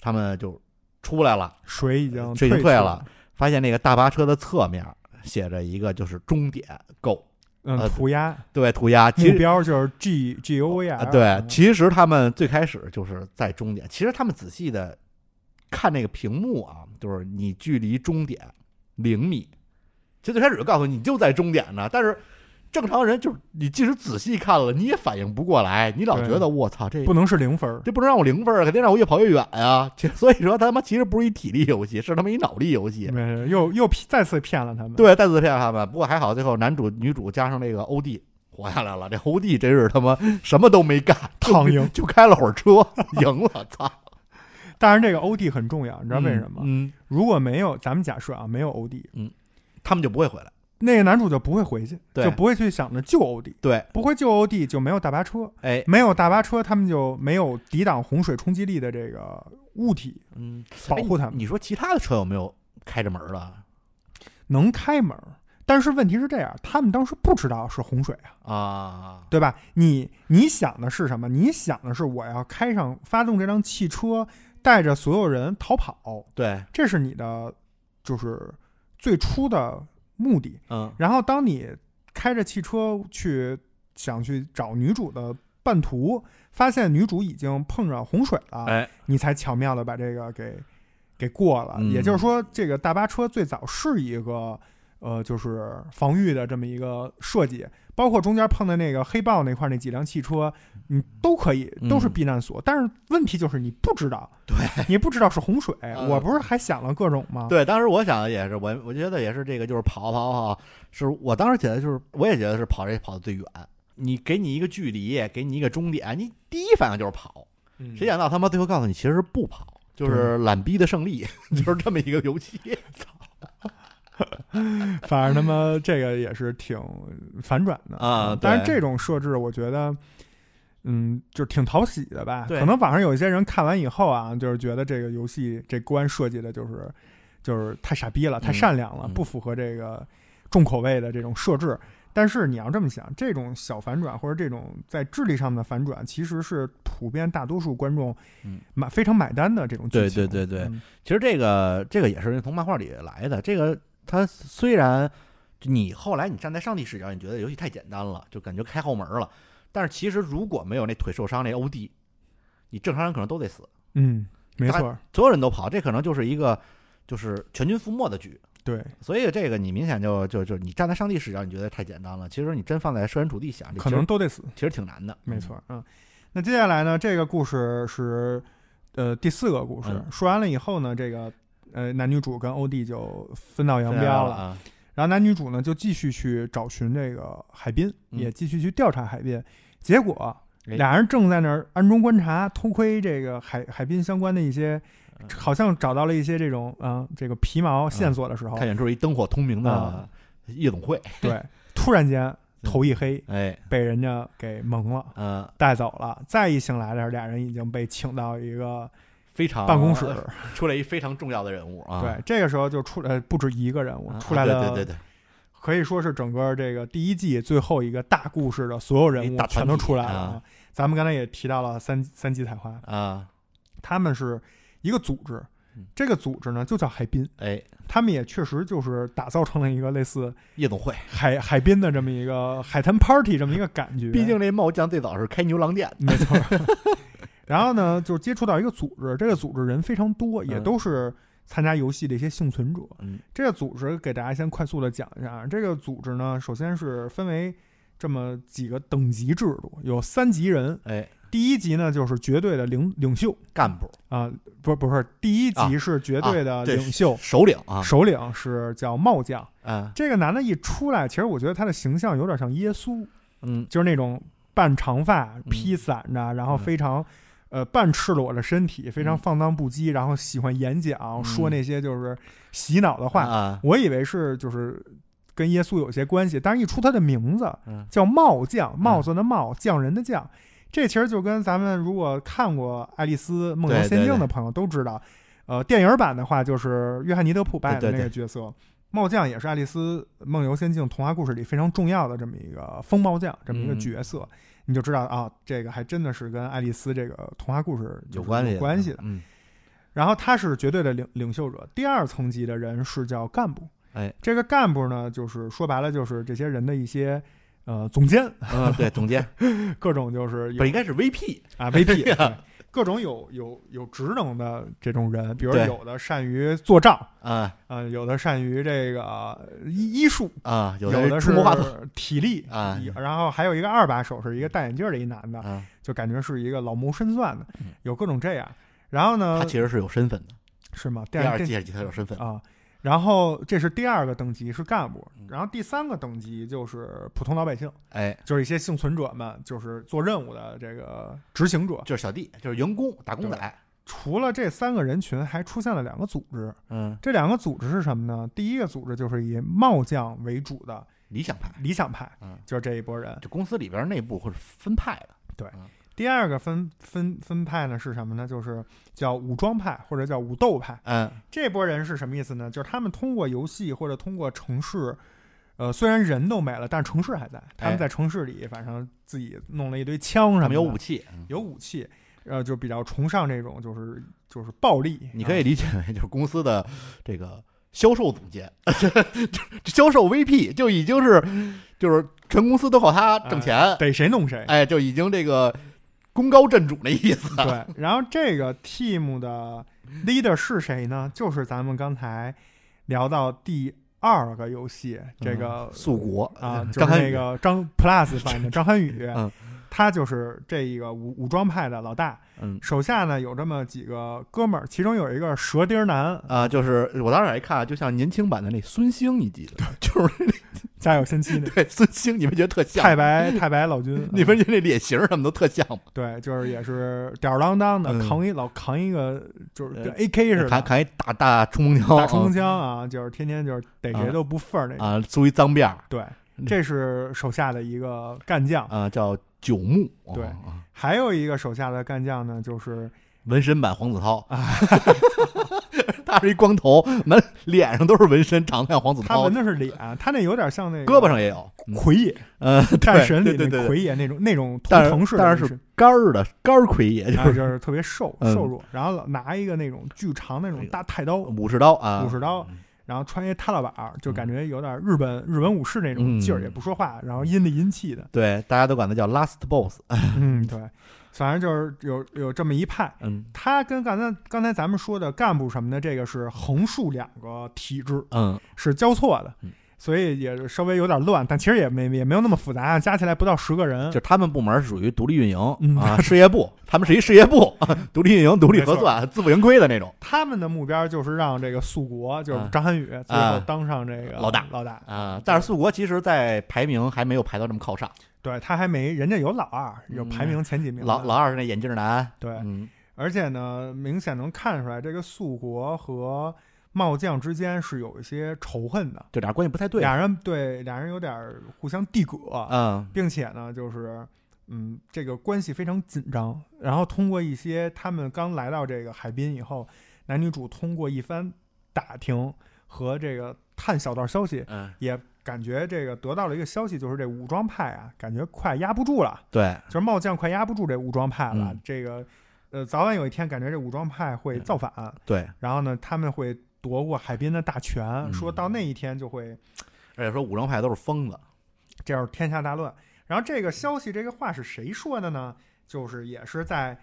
他们就出来了，水已经哎水已经退退去了，发现那个大巴车的侧面写着一个就是终点 go，嗯，呃涂鸦。对，涂鸦，其目实。标就是 G G O V 啊， R。对，其实他们最开始就是在终点。其实他们仔细的看那个屏幕啊，就是你距离终点零米，其实最开始就告诉你你就在终点呢，但是正常人就是你即使仔细看了，你也反应不过来，你老对觉得我操这不能是零分儿。这不能让我零分啊，肯定让我越跑越远啊。 (laughs) 其所以说他妈其实不是一体力游戏，是他妈一脑力游戏。没又又骗再次骗了他们。，对，再次骗他们。不过还好，最后男主、女主加上那个欧弟活下来了。这欧弟真是他妈什么都没干，躺赢就开了会儿车，赢了，操！当然这个 O D 很重要，你你知道为什么？嗯，如果没有，咱们假设啊，没有 O D，他们就不会回来。那个男主就不会回去，对就不会去想着救 O D，对，不会救 O D 就没有大巴车，哎，没有大巴车他们就没有抵挡洪水冲击力的这个物体嗯，保护他哎们，你你说其他的车有没有开着门儿的能开门儿。但是问题是这样，他们当时不知道是洪水啊，啊？对吧？你你想的是什么？你想的是我要开上发动这辆汽车，带着所有人逃跑，对，这是你的就是最初的目的。嗯，然后当你开着汽车去想去找女主的半途，发现女主已经碰上洪水了，哎，你才巧妙的把这个给给过了。嗯也就是说，这个大巴车最早是一个呃，就是防御的这么一个设计，包括中间碰的那个黑豹那块儿那几辆汽车，你都可以嗯都是避难所。但是问题就是你不知道，对，你不知道是洪水。嗯我不是还想了各种吗？对，当时我想的也是，我我觉得也是这个，就是跑跑跑，是我当时觉得就是，我也觉得是跑这跑的最远。你给你一个距离，给你一个终点，你第一反应就是跑，嗯谁想到他妈最后告诉你其实是不跑，就是懒逼的胜利， (laughs) 就是这么一个游 (laughs) 戏。 (laughs) 反正他妈这个也是挺反转的啊对但是这种设置，我觉得，嗯，就是挺讨喜的吧。对可能网上有一些人看完以后啊，就是觉得这个游戏这关设计的就是就是太傻逼了，太善良了，嗯不符合这个重口味的这种设置。但是你要这么想，这种小反转或者这种在智力上的反转，其实是普遍大多数观众嗯买非常买单的这种剧对情。对对对嗯其实这个这个也是从漫画里来的。这个它虽然你后来你站在上帝视角，你觉得游戏太简单了，就感觉开后门了。但是其实如果没有那腿受伤那 OD，你正常人可能都得死，嗯，没大错，所有人都跑，这可能就是一个就是全军覆没的局。对所以这个你明显就就就你站在上帝视角，你觉得太简单了。其实你真放在设身处地想，这可其能实都得死。其实挺难的。没错，嗯。那接下来呢，这个故事是呃第四个故事，嗯说完了以后呢，这个呃男女主跟欧弟就分道嗯，扬镳非常了。啊，然后男女主呢就继续去找寻这个海滨，嗯也继续去调查海滨。结果哎俩人正在那儿暗中观察、偷窥这个海海滨相关的一些，嗯好像找到了一些这种嗯、呃这个皮毛线索的时候，看远处一灯火通明的啊夜总会，对，突然间头一黑，哎，被人家给蒙了。呃，带走了。再一醒来的时候，俩人已经被请到一个非常办公室。 (laughs) 出来一非常重要的人物啊。对，这个时候就出来不止一个人物，啊，出来的、对对对对，可以说是整个这个第一季最后一个大故事的所有人一物大全团体都出来了。啊咱们刚才也提到了三三级采花，啊，他们是一个组织嗯，这个组织呢就叫海滨，哎，他们也确实就是打造成了一个类似夜总会，海海滨的这么一个海滩 party 这么一个感觉。毕竟这茂江最早是开牛郎店的，没错儿。 (laughs) 然后呢，就是接触到一个组织，这个组织人非常多，也嗯都是参加游戏的一些幸存者。嗯这个组织给大家先快速的讲一下啊，这个组织呢，首先是分为这么几个等级制度，有三级人。哎，第一级呢，就是绝对的领领袖干部啊，不不是，第一级是绝对的啊对领袖，首领啊，首领是叫帽将。啊，这个男的一出来，其实我觉得他的形象有点像耶稣，嗯，就是那种半长发披散着，然后嗯非常呃半赤裸的身体，非常嗯放荡不羁，然后喜欢演讲，说那些就是洗脑的话。啊，我以为是就是跟耶稣有些关系，但是一出他的名字嗯叫帽匠，帽子的帽，匠人的匠。这其实就跟咱们如果看过《爱丽丝梦游对仙对境对》的朋友都知道，呃，电影版的话就是约翰尼德普扮演的对对那个对角色，帽匠也是《爱丽丝梦游仙境》童话故事里非常重要的这么一个风帽匠这么一个嗯角色，你就知道啊，这个还真的是跟爱丽丝这个童话故事就是有关系有关系的。嗯，然后他是绝对的领领袖者，第二层级的人是叫干部。哎，这个干部呢，就是说白了就是这些人的一些呃总监， (laughs) 嗯，对，总监各种就是有不应该是 VP 啊 VP，对 (laughs) 各种有有有职能的这种人，比如对有的善于做账，啊呃，有的善于这个呃医医术，啊，有的人出是谋划策体力。啊一然后还有一嗯个二把手是一个戴眼镜的一男的，啊，就感觉是一个老谋深算的嗯，有各种这样。然后呢他，其实是有身份的，是吗？第电二电季他有身份，啊。然后这是第二个等级是干部嗯，然后第三个等级就是普通老百姓，哎，就是一些幸存者们，就是做任务的这个执行者。就是小弟，就是员工，打工仔，除了这三个人群，还出现了两个组织。嗯，这两个组织是什么呢？第一个组织就是以帽将为主的理想派，理想派嗯，就是这一拨人。就公司里边内部或者分派的，第二个分分分派呢是什么呢？就是叫武装派或者叫武斗派。嗯这波人是什么意思呢？就是他们通过游戏或者通过城市，呃，虽然人都没了，但是城市还在。他们在城市里，反正自己弄了一堆枪什么的，哎他们有武器，嗯有武器，呃，就比较崇尚这种就是就是暴力。你可以理解为就是公司的这个销售总监， (laughs) 这销售 VP 就已经是就是全公司都靠他挣钱，啊逮谁弄谁。哎，就啊已经这个功高震主的意思。对，然后这个 team 的 leader 是谁呢？就是咱们刚才聊到第二个游戏，这个素国 (laughs) 啊，就是嗯呃张涵那予个张 Plus 版的张涵予 (laughs) 嗯，他就是这一个武武装派的老大，嗯手下呢有这么几个哥们儿，其中有一个蛇钉男，啊，就是我当时一看，啊就像年轻版的那孙兴，你记得吗？就是家有仙妻那 (laughs) 那对孙兴，你们觉得特像太吗？白太白老 (laughs) 君，嗯你们觉得那脸型什么都特像吗？对，就是也是吊儿郎当的，嗯扛一老扛一个就是跟呃 AK 似砍的。砍一大大冲锋枪，大冲锋枪啊，就是天天就是逮谁啊都不忿儿那种。啊，梳一脏辫儿，对，这是手下的一个干将。啊、叫九牧，对啊啊还有一个手下的干将呢，就是纹身版黄子韬 (laughs) 啊，他是一光头，满脸上都是纹身，长得像黄子他韬纹，的是脸，他那有点像那个哦胳膊上也有，嗯奎爷呃，战神里对对对那对奎爷那种那种图但腾式是的但纹是身，是干儿的干儿魁 (laughs) 爷，就啊，是就是特别瘦嗯瘦弱，然后老拿一个那种巨长那种大太刀，武士刀哎啊，武士刀然后穿一踏拉板儿，就感觉有点日本日本武士那种劲儿，嗯，也不说话，然后阴里阴气的对，大家都管他叫 Last Boss，嗯，对，反正就是有有这么一派。嗯他跟刚才刚才咱们说的干部什么的，这个是横竖两个体制嗯，是交错的嗯，所以也是稍微有点乱，但其实也没也没有那么复杂，啊加起来不到十个人就。是他们部门是属于独立运营嗯啊，事业部，他们是一事业部， (laughs) 独立运营、独立合算、自负盈亏的那种他们的目标就是让这个肃国，就是啊张涵予最后啊当上这个老大老大，啊。但是素国其实，在排名还没有排到这么靠上，对他还没人家有老二，有嗯排名前几名的、老老二是那眼镜男，对嗯而且呢，明显能看出来这个素国和帽将之间是有一些仇恨的，就俩关系不太对，俩人对俩人有点互相递葛，嗯并且呢，就是嗯，这个关系非常紧张。然后通过一些他们刚来到这个海滨以后，男女主通过一番打听和这个探小道消息，嗯，也感觉这个得到了一个消息，就是这武装派啊，感觉快压不住了。对，就是帽将快压不住这武装派了，嗯这个呃，早晚有一天感觉这武装派会造反，对，然后呢，他们会夺过海滨的大权，嗯说到那一天就会而且说武装派都是疯子，这样天下大乱。然后这个消息，这个话是谁说的呢？就是也是在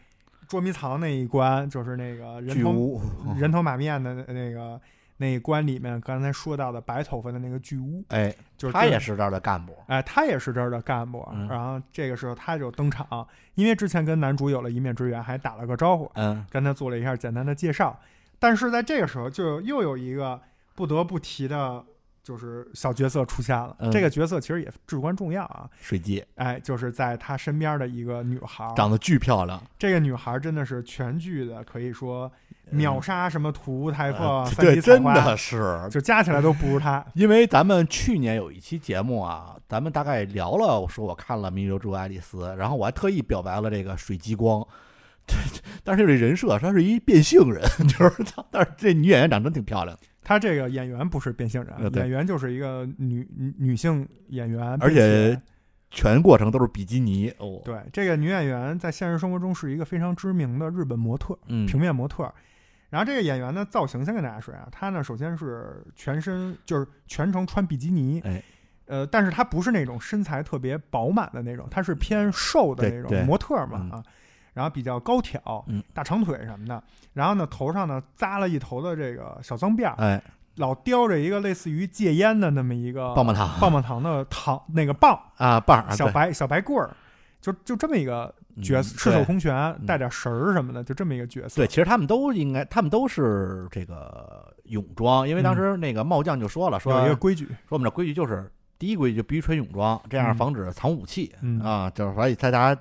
捉迷藏那一关，就是那个人嗯巨头无，人头马面的那那个那一关里面，刚才说到的白头发的那个巨巫， (laughs) 哎，就是他这也是这儿的干部，哎，他也是这儿的干部，嗯然后这个时候他就登场，因为之前跟男主有了一面之缘，还打了个招呼，嗯跟他做了一下简单的介绍。但是在这个时候，就又有一个不得不提的，就是小角色出现了。嗯这个角色其实也至关重要啊，水姬哎，就是在他身边的一个女孩儿。长得巨漂亮，这个女孩儿真的是全剧的，可以说秒杀什么土屋太凤、啊呃 (laughs) 三对，级采真花，的是，就加起来都不如她。因为咱们去年有一期节目啊，咱们大概聊了，我说我看了《弥留之爱丽丝》，然后我还特意表白了这个水激光，这 (laughs) 但是这人设他是一变性人， (laughs) 就是他，但是这女演员长真挺漂亮的，她这个演员不是变性呃人，啊对演员就是一个女女女性演员，而并且且全过程都是比基尼哦，对这个女演员在现实生活中是一个非常知名的日本模特，嗯，平面模特儿。然后这个演员呢，造型先跟大家说啊，他呢首先是全身就是全程穿比基尼，哎呃，但是他不是那种身材特别饱满的那种，他是偏瘦的对那种对模特儿嘛嗯啊，然后比较高挑嗯，大长腿什么的。然后呢，头上呢扎了一头的这个小脏辫儿，哎，老叼着一个类似于戒烟的那么一个棒棒糖棒棒糖的糖那个棒，啊棒啊啊小对白小白棍儿，就就这么一个角色，嗯赤手对空拳，嗯带点绳儿什么的，就这么一个角色。对，其实他们都应该，他们都是这个泳装，因为当时那个帽将就说了，说有一个规矩，说我们这规矩就是第一规矩就必须穿泳装，这样嗯防止藏武器、嗯啊。就是所以大家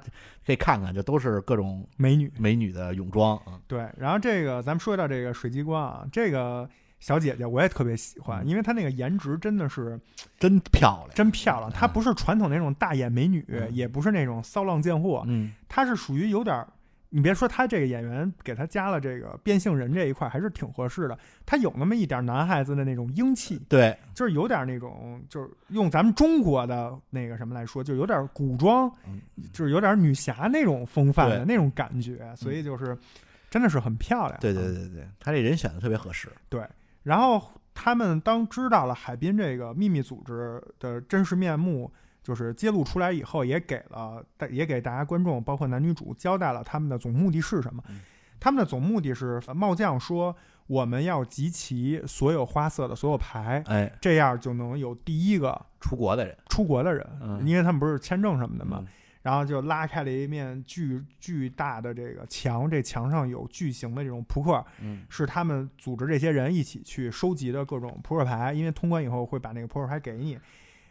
可以看看，就都是各种美女。美女的泳装啊。对，然后这个咱们说到这个水激光啊，这个小姐姐我也特别喜欢，嗯因为她那个颜值真的是真漂亮。真漂亮。她不是传统那种大眼美女，嗯也不是那种骚浪贱货，嗯，她是属于有点儿。你别说她这个演员给她加了这个变性人这一块，还是挺合适的。她有那么一点男孩子的那种英气，对，就是有点那种，就是用咱们中国的那个什么来说，就有点古装，嗯就是有点女侠那种风范的对嗯那种感觉，所以就是真的是很漂亮。啊对对对对，他这人选的特别合适。然后他们当知道了海滨这个秘密组织的真实面目，就是揭露出来以后，也给了大也给大家观众，包括男女主交代了他们的总目的是什么嗯。他们的总目的是呃帽将说，我们要集齐所有花色的所有牌，哎，这样就能有第一个出国的人出国的人，嗯因为他们不是签证什么的嘛，嗯然后就拉开了一面巨巨大的这个墙，这墙上有巨型的这种扑克，嗯，是他们组织这些人一起去收集的各种扑克牌，因为通关以后会把那个扑克牌给你，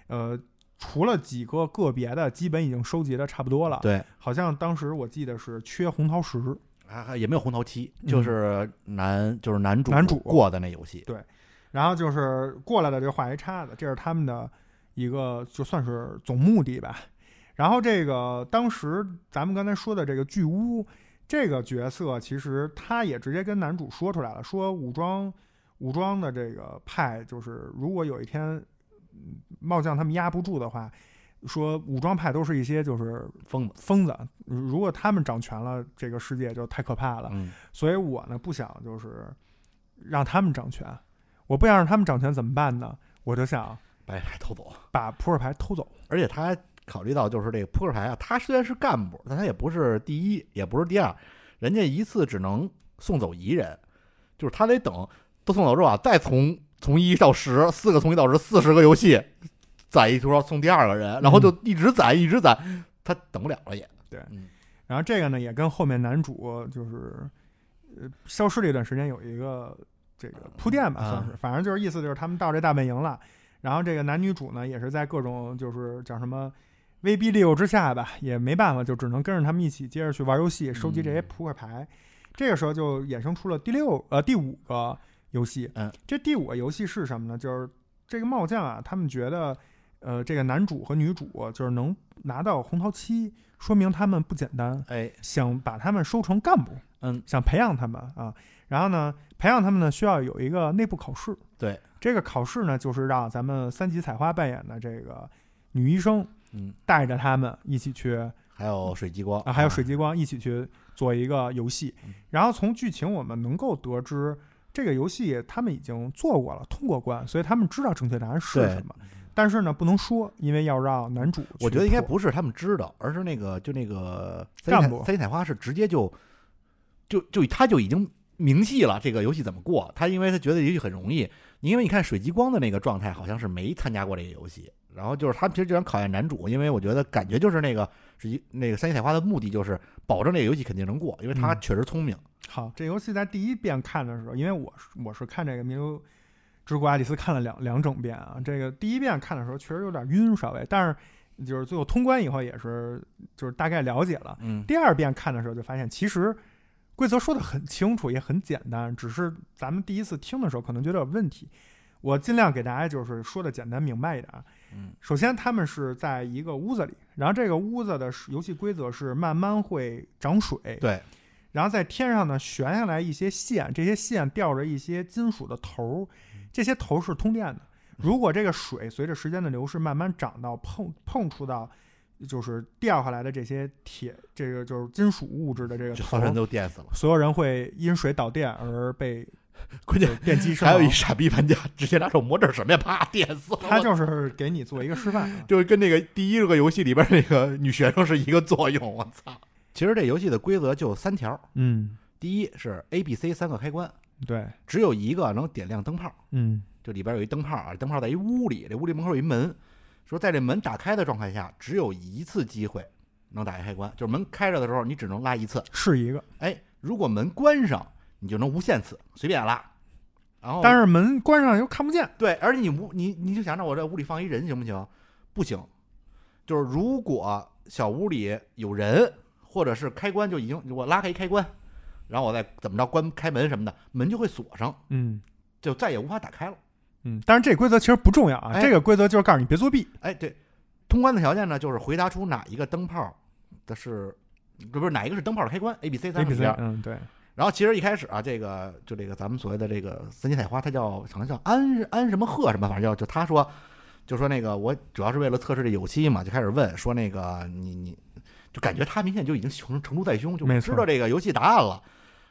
呃。除了几个个别的，基本已经收集的差不多了。对，好像当时我记得是缺红桃十，还还也没有红头期，嗯就是男就是男主男主过的那游戏。然后就是过来的就画一叉子，这是他们的一个就算是总目的吧。然后这个当时咱们刚才说的这个巨屋这个角色，其实他也直接跟男主说出来了，说武装武装的这个派，就是如果有一天嗯帽将他们压不住的话，说武装派都是一些就是疯子，疯子，如果他们掌权了，这个世界就太可怕了。嗯所以我呢不想就是让他们掌权，我不想让他们掌权怎么办呢？我就想把这牌偷走。把扑克牌偷走。而且他还考虑到，就是这个扑克牌啊，他虽然是干部，但他也不是第一，也不是第二，人家一次只能送走一人，就是他得等都送走之后啊，再从从一到十，四个从一到十，四十个游戏攒一桌送第二个人，然后嗯就一直攒一直攒，他等不了了也。然后这个呢也跟后面男主就是呃消失了一段时间有一个这个铺垫吧，嗯算是，反正就是意思就是他们到这大本营了，然后这个男女主呢也是在各种就是叫什么。威逼利诱之下吧，也没办法，就只能跟着他们一起接着去玩游戏，收集这些嗯扑克牌。这个时候就衍生出了第六呃第五个游戏。嗯，这第五个游戏是什么呢？就是这个帽将啊，他们觉得呃这个男主和女主就是能拿到红桃七，说明他们不简单，哎，想把他们收成干部，嗯，想培养他们啊。然后呢，培养他们呢需要有一个内部考试。对，这个考试呢，就是让咱们三级采花扮演的这个女医生嗯，带着他们一起去啊，还有水啊激光还有水激光一起去做一个游戏嗯。然后从剧情我们能够得知，这个游戏他们已经做过了，通过关，所以他们知道正确答案是对什么。但是呢，不能说，因为要让男主去破。我觉得应该不是他们知道，而是那个就那个三干彩部三彩花是直接就就就他就已经明细了这个游戏怎么过。他因为他觉得游戏很容易，因为你看水激光的那个状态好像是没参加过这个游戏，然后就是他们其实就想考验男主，因为我觉得感觉就是那个水激那个三彩花的目的就是保证这个游戏肯定能过，因为他嗯确实聪明。好，这游戏在第一遍看的时候，因为我是我是看这个《迷流之国爱丽丝》看了两两整遍啊，这个第一遍看的时候确实有点晕，稍微，但是就是最后通关以后也是就是大概了解了。嗯，第二遍看的时候就发现，其实规则说的很清楚，也很简单，只是咱们第一次听的时候可能觉得有问题。我尽量给大家就是说的简单明白一点啊。嗯，首先他们是在一个屋子里，然后这个屋子的游戏规则是慢慢会涨水，对，然后在天上呢悬下来一些线，这些线吊着一些金属的头儿，嗯这些头是通电的。如果这个水随着时间的流逝慢慢涨到碰碰触到，就是掉下来的这些铁，这个就是金属物质的这个就头所有儿人，都电死了。所有人会因水导电而 (laughs) 被关键电击身还有一亡。傻逼玩家直接拿手磨这是什么呀，啪电死了。，他就是给你做一个示范啊 (laughs) 就是跟那个第一个游戏里边那个女学生是一个作用。我操！其实这游戏的规则就三条，嗯，第一是 A、B、C 三个开关，对，只有一个能点亮灯泡，嗯就里边有一灯泡啊，灯泡在一屋里，这屋里门口有一门，说在这门打开的状态下，只有一次机会能打开开关，就是门开着的时候你只能拉一次，是一个。哎，如果门关上，你就能无限次随便拉。然后，但是门关上又看不见，对，而且你屋你你就想着我这屋里放一人行不行？不行，就是如果小屋里有人，或者是开关就已经我拉开一开关，然后我再怎么着关开门什么的，门就会锁上，嗯就再也无法打开了。嗯。但是这规则其实不重要啊，哎这个规则就是告诉你别作弊。哎，对，通关的条件呢，就是回答出哪一个灯泡的是，不是哪一个是灯泡的开关，A、B、C 三 A 个 B 里 C，边。嗯，对，然后其实一开始啊，这个就这个咱们所谓的这个三级采花，它叫好像叫安安什么鹤什么，反正叫就他说，就说那个我主要是为了测试这有期嘛，就开始问说那个你你就感觉他明显就已经成成竹在胸，就没错知道这个游戏答案了，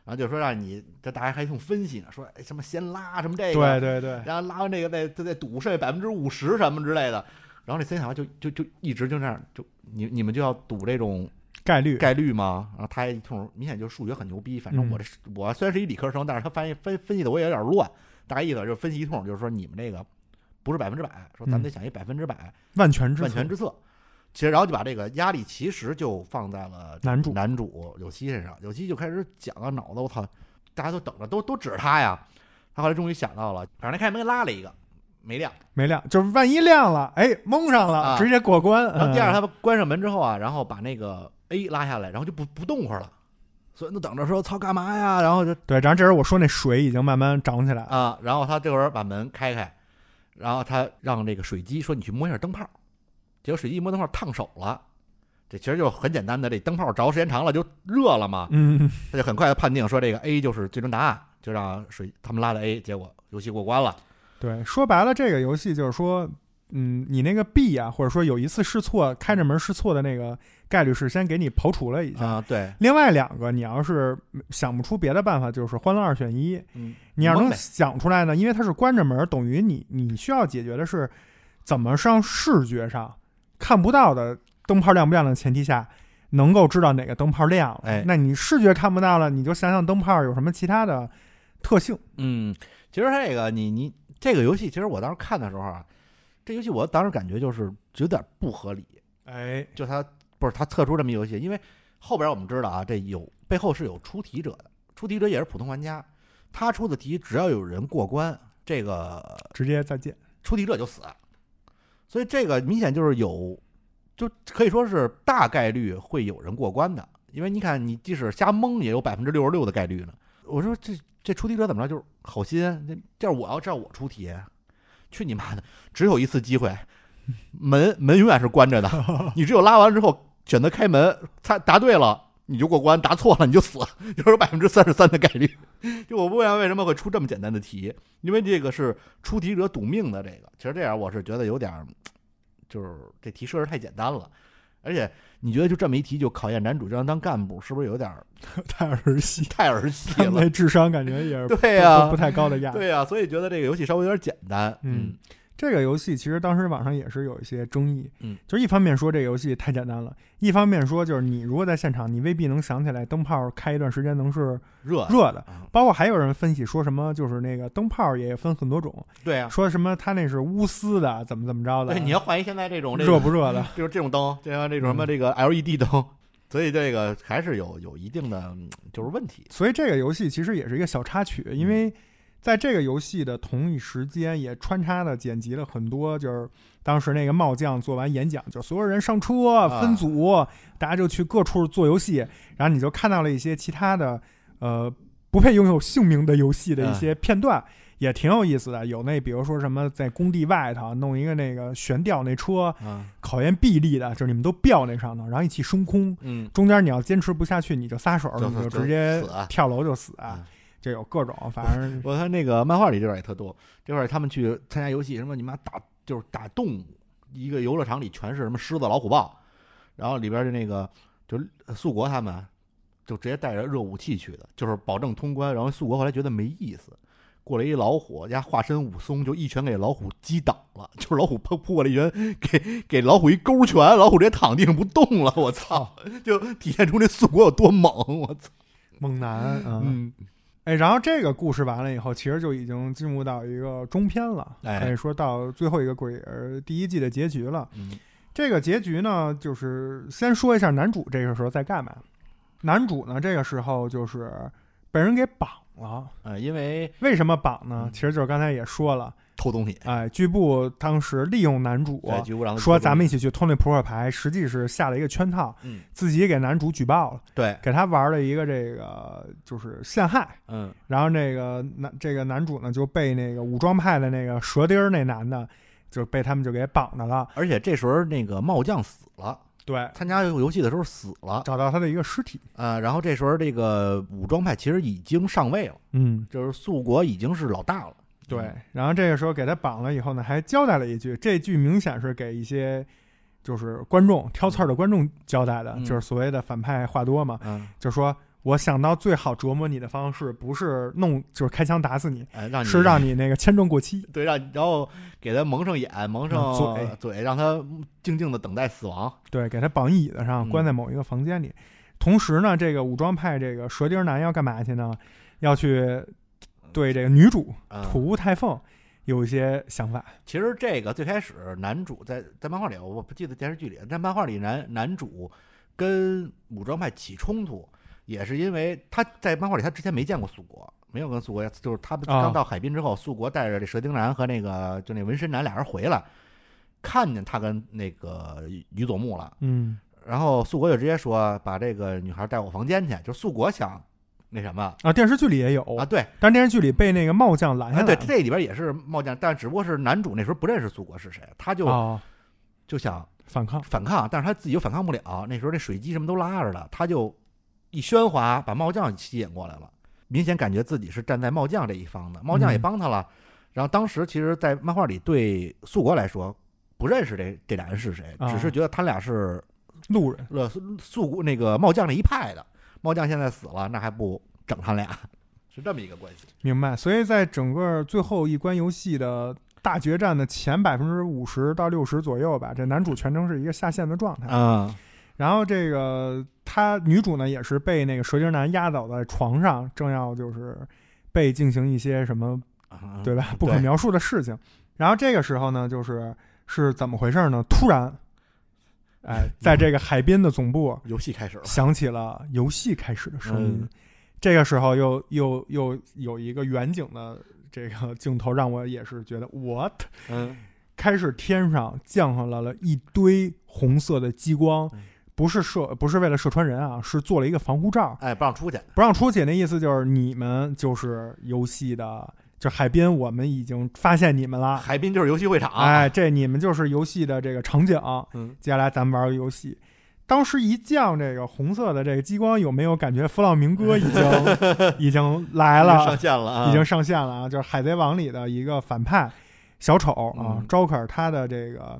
然后就说让你这大家还用分析呢，说哎什么先拉什么这个，对对对，然后拉完这个再再再赌剩下百分之五十什么之类的，然后这三级采花就就就一直就那样，就你你们就要赌这种概率，概率吗？然后他一通明显就是数学很牛逼，反嗯正我这、我虽然是一理科生，但是他翻译分分析的我也有点乱，大概意思就是分析一通，就是说你们这个不是百分之百，说咱们得想一百分之百、万全之万全之之策。其实，然后就把这个压力其实就放在了男主，男主有希身上，有希就开始讲啊脑子，我操，大家都等着，都都指着他呀。他后来终于想到了，反正他开门拉了一个，没亮。没亮，就是万一亮了，哎，蒙上了，啊直接过关。然后第二，嗯他关上门之后啊，然后把那个 A 拉下来，然后就不不动会儿了。所有人都等着说操干嘛呀？然后就啊对，然后这时候我说那水已经慢慢涨起来了，啊，然后他这会儿把门开开，然后他让这个水姬说你去摸一下灯泡，结果水姬一摸灯泡烫手了。这其实就很简单的，这灯泡着时间长了就热了嘛，嗯， (laughs) 他就很快的判定说这个 A 就是最终答案，就让水他们拉的 A，结果游戏过关了。对，说白了，这个游戏就是说，嗯，你那个 B 啊，或者说有一次试错开着门试错的那个概率是先给你刨除了一下。啊、对，另外两个，你要是想不出别的办法，就是欢乐二选一。嗯，你要蒙能呗想出来呢，因为它是关着门，等于你你需要解决的是怎么上视觉上看不到的灯泡亮不亮的前提下，能够知道哪个灯泡亮了。哎那你视觉看不到了，你就想想灯泡有什么其他的特性。嗯，其实这个你你这个游戏，其实我当时看的时候啊，这游戏我当时感觉就是有点不合理，哎，就他不是他测出这么一游戏，因为后边我们知道啊，这有背后是有出题者的，出题者也是普通玩家，他出的题只要有人过关，这个直接再 (laughs) 见。出题者就死，所以这个明显就是有，就可以说是大概率会有人过关的，因为你看你即使瞎蒙也有百分之六十六的概率呢。我说这这出题者怎么着就是好心，那这我要这样我出题，去你妈的，只有一次机会，门门永远是关着的，你只有拉完之后选择开门，猜答对了。你就过关，答错了你就死，就是百分之三十三的概率。 (laughs) 就我不明白为什么会出这么简单的题，因为这个是出题者赌命的这个，其实这样我是觉得有点儿，就是这题设置太简单了，而且你觉得就这么一题就考验男主这样当干部，是不是有 (laughs) 点儿太儿戏，太儿戏他们了？那智商感 (laughs) 觉也是对呀、不不太高的样子。对呀、所以觉得这个游戏稍微有点简单。嗯，这个游戏其实当时网上也是有一些争议，嗯，就是一方面说这个游戏太简单了，一方面说就是你如果在现场，你未必能想起来灯泡开一段时间能是热热的啊。包括还有人分析说什么，就是那个灯泡也分很多种，对呀、说什么它那是钨丝的，怎么怎么着的，啊对，你要换一现在这种这热种不热的？就是这种灯，就像这种什么嗯这个 LED 灯，所以这个还是有有一定的嗯就是问题。所以这个游戏其实也是一个小插曲，因为在这个游戏的同一时间，也穿插的剪辑了很多，就是当时那个帽将做完演讲，就所有人上车啊分组，大家就去各处做游戏，然后你就看到了一些其他的呃不配拥有姓名的游戏的一些片段。也挺有意思的，有那比如说什么在工地外头弄一个那个悬吊那车，啊，考验臂力的，就是你们都吊那上头，然后一起升空，嗯，中间你要坚持不下去，你就撒手，就你就就直接死啊跳楼就死啊嗯！这有各种，反正我看那个漫画里这段也特多，这会儿他们去参加游戏，什么你妈打就是打动物，一个游乐场里全是什么狮子、老虎、豹，然后里边的那个就是素国他们就直接带着热武器去的，就是保证通关。然后素国后来觉得没意思，过来一老虎，人家化身武松，就一拳给老虎击倒了，就是老虎扑扑过来一拳，给给老虎一勾拳，老虎直接躺地上不动了。我操，就体现出这素国有多猛！我操， (laughs) 猛 (laughs) 男啊，嗯，哎，然后这个故事完了以后，其实就已经进入到一个中篇了，哎可以说到最后一个鬼儿第一季的结局了。嗯这个结局呢，就是先说一下男主这个时候在干嘛。男主呢，这个时候就是被人给绑了。呃，因为为什么绑呢嗯？其实就是刚才也说了，偷东西。哎，局部当时利用男主，在局部让他说做咱东们一西起去偷那扑克牌，实际是下了一个圈套，嗯自己给男主举报了，对，给他玩了一个这个就是陷害，嗯然后那个男这个男主呢就被那个武装派的那个蛇钉儿那男的就被他们就给绑着了，，而且这时候那个帽将死了，对，参加游戏的时候死了，找到他的一个尸体，呃，然后这时候这个武装派其实已经上位了，嗯，就是素国已经是老大了，对，然后这个时候给他绑了以后呢，还交代了一句，这句明显是给一些。就是观众挑刺儿的观众交代的，嗯就是所谓的反派话多嘛，嗯，就说我想到最好折磨你的方式，不是弄就是开枪打死你，呃，让你是让你那个签证过期。对让然后给他蒙上眼，蒙上嗯嘴，让他静静的等待死亡， (laughs) 对，给他绑一椅子上，嗯关在某一个房间里。同时呢，这个武装派这个蛇钉男要干嘛去呢？要去对这个女主嗯，土屋太凤有一些想法。其实这个最开始男主在在漫画里，我不记得电视剧里，在漫画里男男主跟武装派起冲突，也是因为他在漫画里他之前没见过素国，没有跟素国，就是他们啊刚到海滨之后，素国带着这蛇精男和那个就那纹身男俩人回来，看见他跟那个于佐木了，嗯，然后素国就直接说把这个女孩带我房间去，就素国想那什么啊，电视剧里也有啊，，对，但电视剧里被那个帽将拦下啊来对，了。这里边也是冒将，但只不过是男主那时候不认识苏国是谁，他就、哦，就想反抗反抗，但是他自己又反抗不了，那时候那水机什么都拉着了，他就一喧哗把帽将吸引过来了，明显感觉自己是站在帽将这一方的，帽将也嗯帮他了。然后当时其实，在漫画里对素国来说不认识这这俩人是谁，啊只是觉得他俩是路人，呃素素国那个帽将这一派的，帽将现在死了，那还不整他俩，是这么一个关系。明白。所以在整个最后一关游戏的大决战的前百分之五十到六十左右吧，这男主全程是一个下线的状态。嗯然后这个她女主呢，也是被那个蛇精男压倒在床上，正要就是被进行一些什么啊对吧不可对描述的事情。然后这个时候呢，就是是怎么回事呢？突然，哎，在这个海滨的总部游戏开始了，响起了游戏开始的声音嗯。这个时候又又又有一个远景的这个镜头，让我也是觉得 what 嗯开始天上降下来了一堆红色的激光嗯，不是射，不是为了射穿人啊，是做了一个防护罩，哎不让出去，不让出去。那意思就是你们就是游戏的，就海边我们已经发现你们了。海滨就是游戏会场，啊哎，这你们就是游戏的这个场景。啊嗯接下来咱们玩个游戏。当时一降这个红色的这个激光，有没有感觉弗朗明哥已 (laughs) 经已经来了上，线了啊，已经上线了啊，就是《海贼王》里的一个反派小丑啊嗯，Joker，他的这个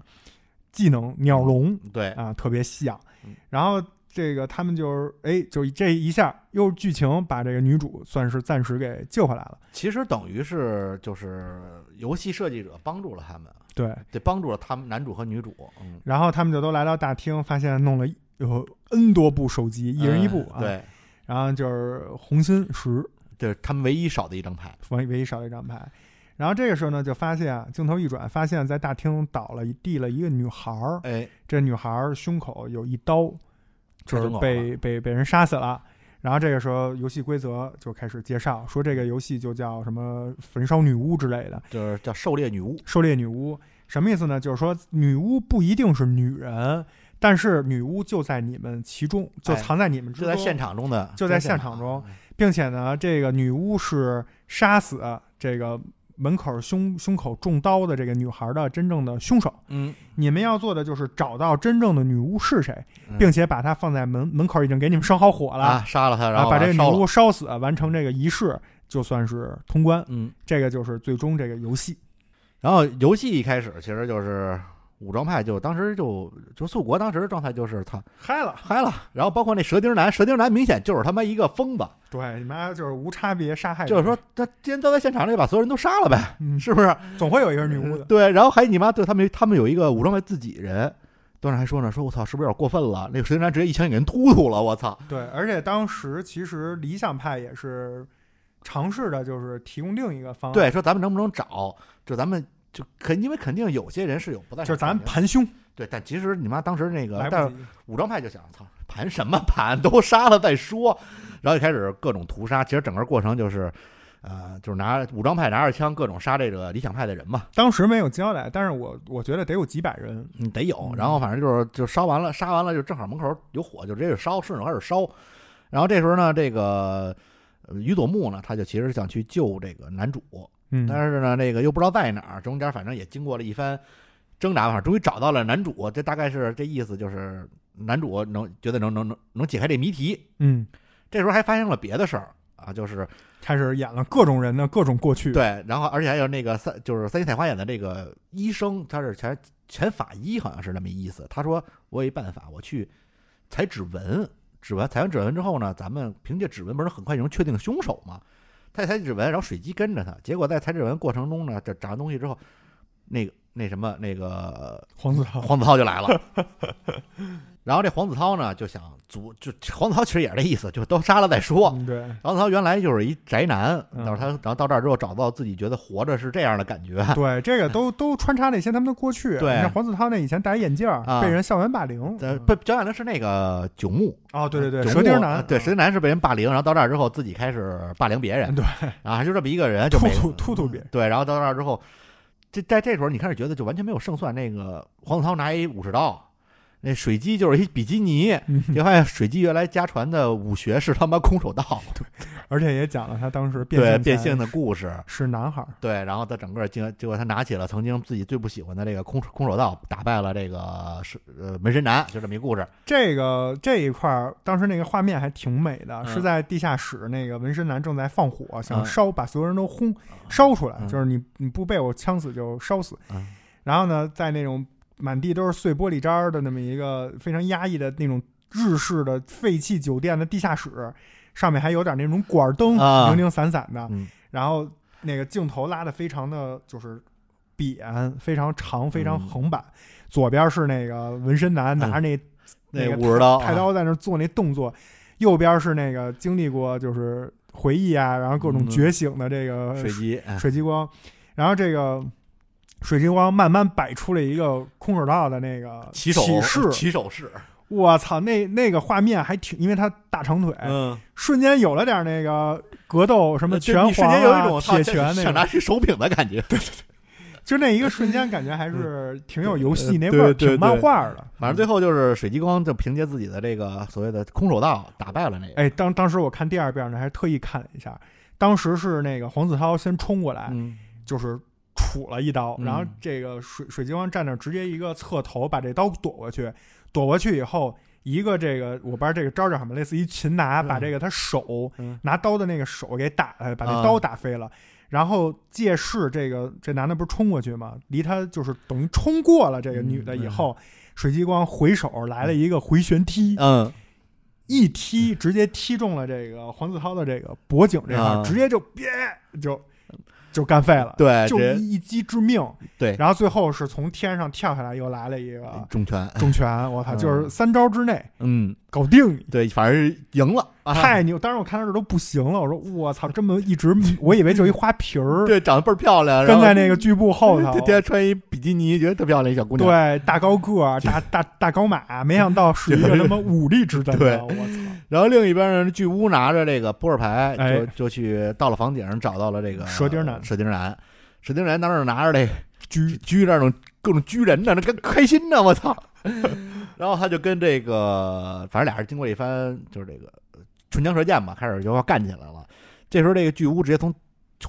技能鸟笼对，啊特别像嗯。然后这个他们就是哎，就这一下又剧情把这个女主算是暂时给救回来了。其实等于是就是游戏设计者帮助了他们，对，对，帮助了他们男主和女主，嗯，然后他们就都来到大厅，发现弄了有 N 多部手机，一人一部啊。嗯，对，然后就是红心石这是他们唯一少的一张牌，唯唯一少了一张牌。然后这个时候呢，就发现镜头一转，发现在大厅倒了一地了一个女孩儿，哎，这女孩儿胸口有一刀，就开是胸口了被被被人杀死了。然后这个时候游戏规则就开始介绍，说这个游戏就叫什么“焚烧女巫”之类的，就是叫狩猎女巫，狩猎女巫。什么意思呢？就是说女巫不一定是女人，但是女巫就在你们其中，就哎藏在你们之就中，在现场啊中的，就在在现场中，并且呢，这个女巫是杀死这个门口胸胸口中刀的这个女孩的真正的凶手。嗯，你们要做的就是找到真正的女巫是谁，嗯并且把她放在门门口，已经给你们生好火了，啊，杀了他，然啊后把这个女烧了巫烧死，完成这个仪式，就算是通关。嗯，这个就是最终这个游戏。然后游戏一开始其实就是。武装派就当时就就素国当时的状态就是他嗨了，嗨了，然后包括那蛇精男，蛇精男明显就是他妈一个疯子，对，你妈就是无差别杀害人，就是说他既然都在现场了，就把所有人都杀了呗，嗯，是不是？总会有一个女巫的。对，然后还你妈对他们他们有一个武装派自己人，当时还说呢，说我操，是不是有点过分了？那个石油男直接一枪给人突突了，我操！对，而且当时其实理想派也是尝试的，就是提供另一个方案，对，说咱们能不能找？就咱们就肯，因为肯定有些人是有不在，就是咱盘凶对，但其实你妈当时那个来，不但及，武装派就想，操，盘什么盘？ (laughs) 都杀了再说，然后就开始各种屠杀。其实整个过程就是。呃，就是拿武装派拿着枪各种杀这个理想派的人嘛，当时没有交代，但是我我觉得得有几百人，嗯，得有嗯。然后反正就是就烧完了，杀完了就正好门口有火，就直接就烧，顺手开始烧。然后这时候呢，这个呃于佐木呢，他就其实想去救这个男主，嗯，但是呢，这个又不知道在哪儿，中间反正也经过了一番挣扎，反正终于找到了男主。这大概是这意思，就是男主能觉得能能能能解开这谜题。嗯，这时候还发生了别的事儿啊，就是开始演了各种人的各种过去，对，然后而且还有那个三，就是三井彩花演的这个医生，他是前前法医，好像是那么意思。他说我有一办法，我去采指纹，指纹采完指纹之后呢，咱们凭借指纹不是很快就能确定凶手吗？他采指纹，然后水机跟着他，结果在采指纹过程中呢，这找完东西之后，那个那什么那个黄子韬，黄子韬就来了。 (laughs) 然后这黄子韬呢，就想阻，就黄子韬其实也是这意思，就都杀了再说。嗯对，然后他原来就是一宅男，嗯然后他然后到这儿之后找到自己觉得活着是这样的感觉，对，这个都都穿插了一些他们的过去，对你看黄子韬那以前戴眼镜儿啊被人校园霸凌，呃，嗯被表演的是那个九木，哦，对对对，九蛇木精男，啊对，蛇嗯精男是被人霸凌，然后到这儿之后自己开始霸凌别人，对，啊，还就这么一个人就突没嗯突突突别人，对，然后到这儿之后，这在这时候你开始觉得就完全没有胜算，那个黄子韬拿一武士刀，那水姬就是一比基尼。嗯结果发现水姬原来家传的武学是他妈空手道，而且也讲了他当时变对性变前性的故事，是男孩儿，对，然后他整个经，结果他拿起了曾经自己最不喜欢的这个空手空手道，打败了这个是呃门神男，就这么一故事。这个这一块儿，当时那个画面还挺美的，嗯是在地下室，那个纹身男正在放火，想嗯烧，把所有人都轰烧出来，嗯就是你你不被我呛死就烧死。嗯然后呢，在那种满地都是碎玻璃渣儿的那么一个非常压抑的那种日式的废弃酒店的地下室，上面还有点那种管灯，啊零零散散的，嗯然后那个镜头拉的非常的就是扁，非常长，非嗯常横版。左边是那个纹身男拿着那、那个武啊士刀太刀在那儿做那动作，右边是那个经历过就是回忆啊，然后各种嗯觉醒的这个啊水击，嗯水激光，然后这个水激光慢慢摆出了一个空手道的那个起手势。起手式，我操，那那个画面还挺，因为他大长腿，嗯，瞬间有了点那个格斗哎什么呃就拳你瞬皇间有一种啊、操铁这拳那想种。拿起手柄的感觉。对，就那一个瞬间，感觉还是挺有游戏呃那味儿，对对挺漫画的。反正最后就是水激光就凭借自己的这个所谓的空手道打败了那个。哎，当当时我看第二遍呢，还特意看了一下，当时是那个黄子韬先冲过来，嗯，就是杵了一刀，嗯然后这个水水晶王站那儿直接一个侧头把这刀躲过去，躲过去以后，一个这个我不知道这个招叫什么，类似于擒拿，嗯把这个他手、嗯拿刀的那个手给打，呃把那啊刀打飞了。然后借势，这个这男的不是冲过去吗？离他就是等于冲过了这个嗯女的以后，水激光回手来了一个回旋踢，嗯，一踢直接踢中了这个黄子韬的这个脖颈这块儿，啊直接就别就就干废了。对，就这一一击致命。对然后最后是从天上跳下来，又来了一个重拳，重拳，我操，嗯就是三招之内嗯，搞定你。对，反正是赢了，啊太牛！当时我看到这都不行了，我说我操，这么一 (laughs) 直我以为就一花瓶儿对，长得倍儿漂亮，然跟后在 (laughs) 那个剧布后头天，天穿一比基尼，觉得特漂亮，一小姑娘。对大高个 (laughs) 儿、大大大高马，没想到是一个对什么武力值担对当，我操！然后另一边呢，巨乌拿着这个扑克牌，就、哎就去到了房顶上，找到了这个蛇钉男蛇钉男，蛇钉男当时拿着这狙狙那种各种狙人呢，那跟开心呢，(laughs) 我操！然后他就跟这个，反正俩人经过一番就是这个唇枪舌剑嘛，开始就要干起来了。这时候这个巨乌直接从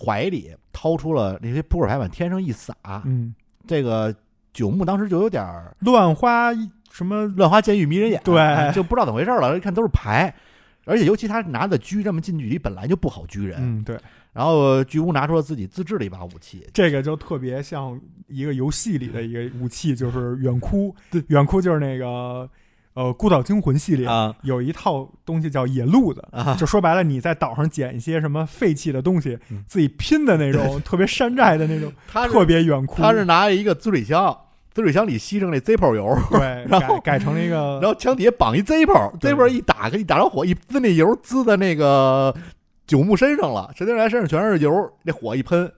怀里掏出了那些扑克牌往天上一撒，嗯，这个九木当时就有点儿乱花什么乱花渐欲迷人眼，对啊就不知道怎么回事了。一看都是牌，而且尤其他拿的狙这么近距离本来就不好狙人，嗯，对，然后巨乌拿出了自己自制的一把武器，这个就特别像一个游戏里的一个武器，就是远哭。对，远哭就是那个呃《孤岛惊魂》系列、啊有一套东西叫野路子，啊就说白了，你在岛上捡一些什么废弃的东西，嗯自己拼的那种，特别山寨的那种，他特是别远哭。他是拿了一个滋水枪，滋水枪里吸上那 Zippo 油，对，然后改改成了一个然后枪底下绑一 Zippo，Zippo 嗯对一打开一打着火，一滋那油滋在那个九木身上了，神天然身上全是油，那火一喷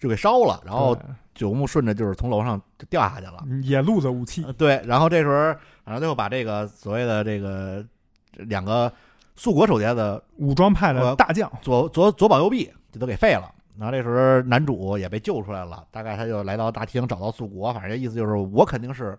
就给烧了，然后哦对九木顺着就是从楼上就掉下去了。野路子武器，呃对，然后这时候，反正最后把这个所谓的这个这两个素国手下的武装派的我大将，左左左膀右臂就都给废了。然后这时候男主也被救出来了，大概他就来到大厅找到素国，反正这意思就是我肯定是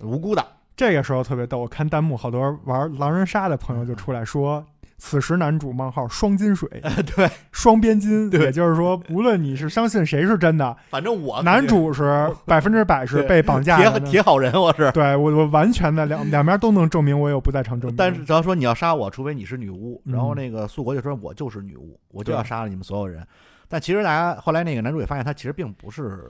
无辜的。 (laughs) 这个时候特别逗，我看弹幕好多玩狼人杀的朋友就出来说，此时男主冒号双金水，对，双边金，对也就是说，无论你是相信谁是真的，反正我男主 (laughs) 是百分之百是对被绑架铁的呢。铁好人我是，对我，我完全的两两边都能证明我有不在场证明。但是只要说你要杀我，除非你是女巫。然后嗯那个素国就说我就是女巫，我就对要杀了你们所有人。但其实大家后来那个男主也发现他其实并不是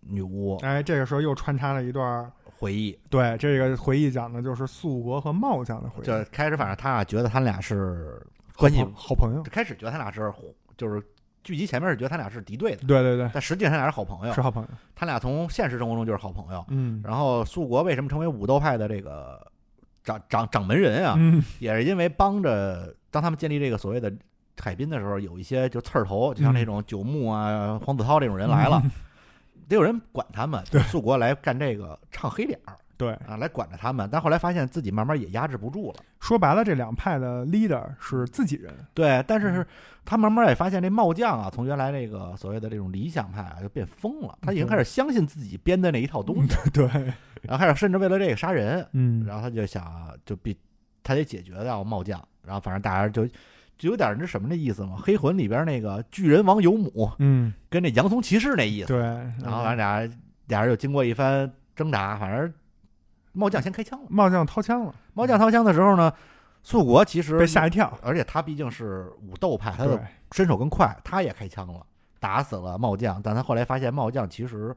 女巫哎，这个时候又穿插了一段，回忆，对这个回忆讲的就是素国和茂将的回忆，就开始，反正他俩觉得他俩是关系好，好朋友。开始觉得他俩是就是剧集前面是觉得他俩是敌对的，对对对，但实际上他俩是好朋友是。好朋友。他俩从现实生活中就是好朋友。嗯然后素国为什么成为武斗派的这个掌掌掌门人啊？嗯，也是因为帮着当他们建立这个所谓的海滨的时候，有一些就刺儿头，就像嗯那种九牧啊、黄子韬这种人来了，得有人管他们。对素国来干这个唱黑脸儿对，啊，来管着他们。但后来发现自己慢慢也压制不住了。说白了，这两派的 leader 是自己人。对，但是嗯是他慢慢也发现这帽将啊，从原来这个所谓的这种理想派啊，就变疯了。他已经开始相信自己编的那一套东西，嗯 (laughs) 对，然后开始甚至为了这个杀人，嗯，然后他就想啊就必他得解决掉帽将，然后反正大家就就有点那什么的意思嘛，《黑魂》里边那个巨人王尤姆嗯，跟那洋葱骑士那意思。对，嗯然后完俩俩人又经过一番挣扎，反正猫将先开枪了。帽将掏枪了，猫将掏枪的时候呢，素国其实嗯被吓一跳，而且他毕竟是武斗派，他对的身手更快，他也开枪了，打死了帽将。但他后来发现帽将其实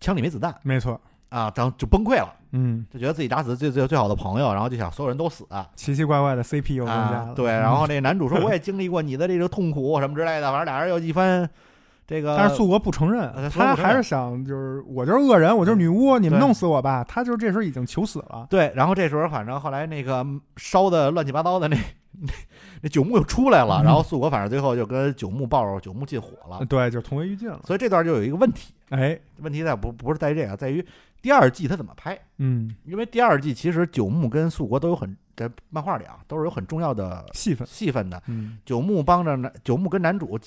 枪里没子弹没错，啊，然后就崩溃了，嗯，就觉得自己打死最最最好的朋友，然后就想所有人都死啊。奇奇怪怪的 CP 又增加了，对，嗯然后那男主说我也经历过你的这个痛苦什么之类的，反正俩人又一番这个，但是素国不承呃认，素国他不承认还是想就是我就是恶人，我就是女巫，你们对弄死我吧。他就是这时候已经求死了，对，然后这时候反正后来那个烧的乱七八糟的那那那九牧又出来了，嗯然后素国反正最后就跟九牧抱着九牧进火了，呃对，就同归于尽了。所以这段就有一个问题，哎，问题在不不是在于这个，在于第二季它怎么拍，嗯，因为第二季其实九牧跟素国都有很在漫画里啊都是有很重要的戏份，戏份的，嗯九牧帮着男九牧跟男主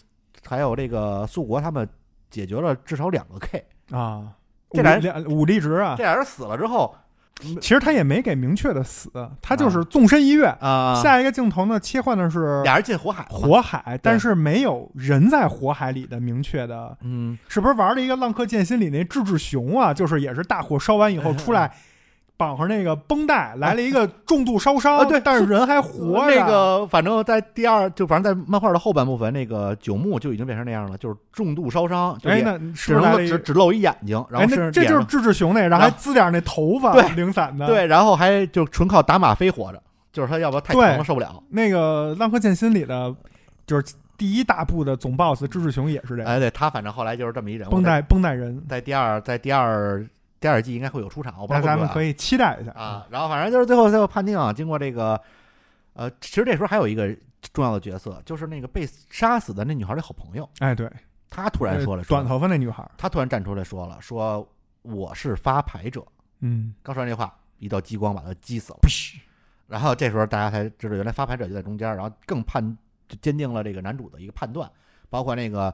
还有这个素国他们解决了至少两个 K，啊，这武俩人两武力值啊这，俩人死了之后其实他也没给明确的死，他就是纵身一跃。啊，下一个镜头呢，切换的是俩人进火海了，火海，但是没有人在火海里的明确的，嗯是不是玩了一个《浪客剑心》里那智志熊啊？就是也是大火烧完以后出哎来，绑上那个绷带，来了一个重度烧伤，啊对但是人还活着。啊那个，反正在第二，就反正在漫画的后半部分，那个九牧就已经变成那样了，就是重度烧伤，就哎，也那只是不是能来够了一只只露一眼睛，然哎后，那是这就是啊智志熊那，然后然还后滋点那头发，啊对零散的。，对，然后还就纯靠打吗啡活着，就是他要不然太疼了对受不了。那个《浪客剑心》里的，就是第一大部的总 BOSS 智志熊也是这样，哎，对他反正后来就是这么一人物，绷带在绷带人。在第二在第二第二季应该会有出场，我不知那道会咱不们会可以期待一下啊。啊。然后反正就是最后最后判定啊，经过这个呃，其实这时候还有一个重要的角色，就是那个被杀死的那女孩的好朋友，哎，对，她突然说了，呃说短头发那女孩儿，他突然站出来说了：“说我是发牌者。 (laughs) 嗯”刚说完这话，一道激光把他击死了。然后这时候大家才知道，原来发牌者就在中间，然后更判就坚定了这个男主的一个判断，包括那个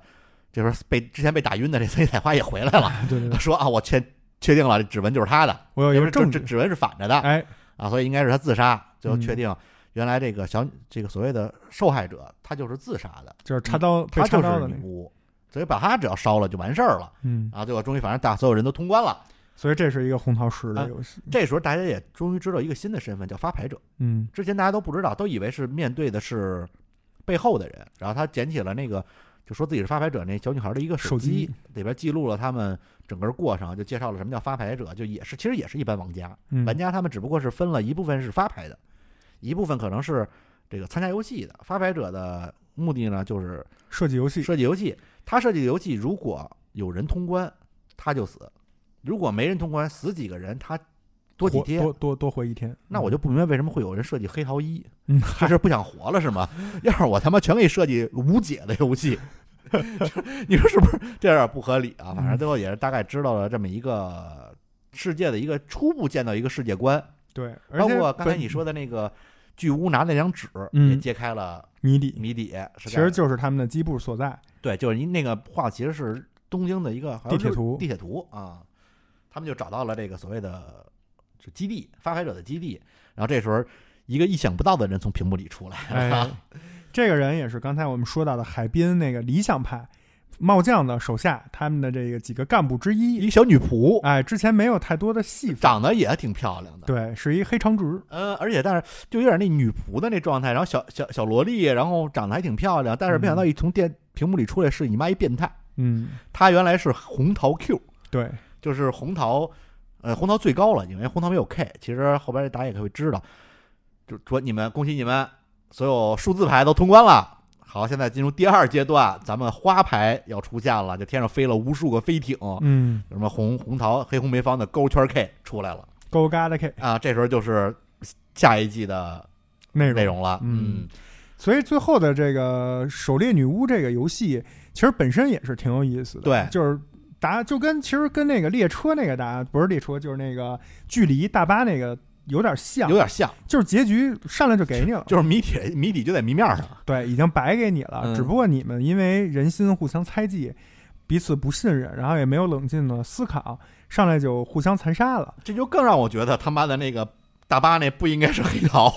这时候被之前被打晕的这崔彩花也回来了， (laughs) 对对对，说啊，我确确定了，指纹就是他的，我有一个因为哎这证指据，指纹是反着的哎，啊，所以应该是他自杀，最后嗯确定原来这个小这个所谓的受害者他就是自杀的，就是插刀被他插嗯就刀是的女那个，巫，所以把他只要烧了就完事儿了。嗯，啊，最后终于反正大所有人都通关了。所以这是一个红桃十啊的游戏，这时候大家也终于知道一个新的身份，叫发牌者。嗯，之前大家都不知道，都以为是面对的是背后的人。然后他捡起了那个就说自己是发牌者那小女孩的一个手机，机里边记录了他们整个过程，就介绍了什么叫发牌者，就也是其实也是一般玩家，嗯玩家他们只不过是分了一部分是发牌的，一部分可能是这个参加游戏的。发牌者的目的呢，就是设计游戏，设计游戏，他设计的游戏如果有人通关，他就死；如果没人通关，死几个人他多几活天多。多多活一天，那我就不明白为什么会有人设计黑桃一， (laughs) 嗯，这是不想活了是吗？要是我他妈全给你设计无解的游戏， (laughs) 就是你说是不是？这有点不合理啊！反嗯正最后也是大概知道了这么一个世界的一个初步见到一个世界观，对，而包且括刚才本你说的那个巨屋拿那张纸嗯也揭开了谜底，谜底，是其干实就是他们的基部所 (laughs) 在，对，就是您那个画其实是东京的一个好像地铁是图地铁图啊，他们就找到了这个所谓的就基地发牌者的基地，然后这时候一个意想不到的人从屏幕里出来，哎，这个人也是刚才我们说到的海滨那个理想派帽将的手下，他们的这个几个干部之一一，个小女仆，哎，之前没有太多的戏份，长得也挺漂亮的，对，是一黑长直，嗯，而且但是就有点那女仆的那状态，然后小小小萝莉，然后长得还挺漂亮，但是没想到一从电屏幕里出来是你妈一变态，嗯，她原来是红桃 Q，对，就是红桃，呃，红桃最高了，因为红桃没有 K。其实后边大家也可以知道，就说你们恭喜你们，所有数字牌都通关了。好，现在进入第二阶段，咱们花牌要出现了，就天上飞了无数个飞艇，有嗯，什么红红桃、黑红梅芳的勾圈 K 出来了勾嘎的 K 啊，这时候就是下一季的内容内容了。嗯，所以最后的这个《狩猎女巫》这个游戏，其实本身也是挺有意思的。对就是大家就跟其实跟那个列车那个大家不是列车，就是那个距离大巴那个有点像，嗯有点像，就是结局上来就给 (laughs) 你了，就是谜底，谜底就在谜面上。对，已经白给你了。嗯只不过你们因为人心互相猜忌，彼此不信任，然后也没有冷静的思考，上来就互相残杀了，这就更让我觉得他妈的那个大巴那不应该是黑桃，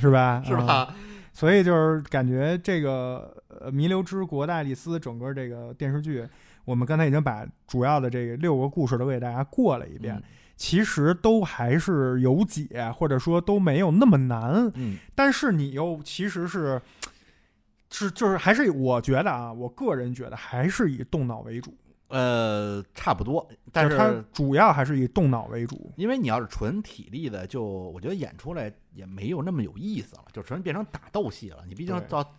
是吧？是啊吧？嗯所以就是感觉这个呃《弥留之国的爱丽丝》整个这个电视剧，我们刚才已经把主要的这个六个故事都给大家过了一遍，嗯其实都还是有解，或者说都没有那么难。嗯但是你又其实是是就是还是我觉得啊，我个人觉得还是以动脑为主，呃，差不多，但就是它是主要还是以动脑为主。因为你要是纯体力的，就我觉得演出来也没有那么有意思了，就纯变成打斗戏了。你毕竟对到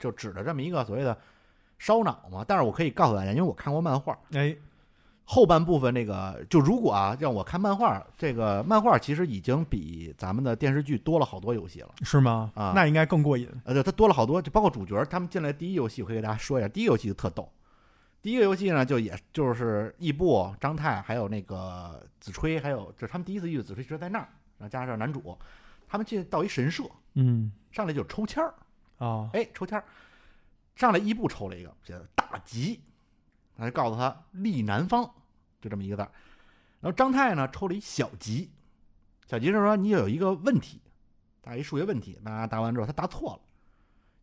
就指着这么一个所谓的烧脑嘛。但是我可以告诉大家，因为我看过漫画，哎，后半部分这个就如果啊让我看漫画，这个漫画其实已经比咱们的电视剧多了好多游戏了。是吗？啊那应该更过瘾。呃，对，它多了好多，就包括主角他们进来第一游戏，我可以给大家说一下，第一游戏就特逗。第一个游戏呢，就也就是义布、张泰还有那个子吹，还有就是他们第一次遇到子吹，其实在那儿，然后加上男主，他们进到一神社，嗯上来就抽签儿，啊， (laughs) 哎，抽签儿，上来伊布抽了一个，写的大吉，然后就告诉他立南方，就这么一个字儿。然后张泰呢抽了一小吉，小吉是说你有一个问题，答一数学问题，那答完之后他答错了，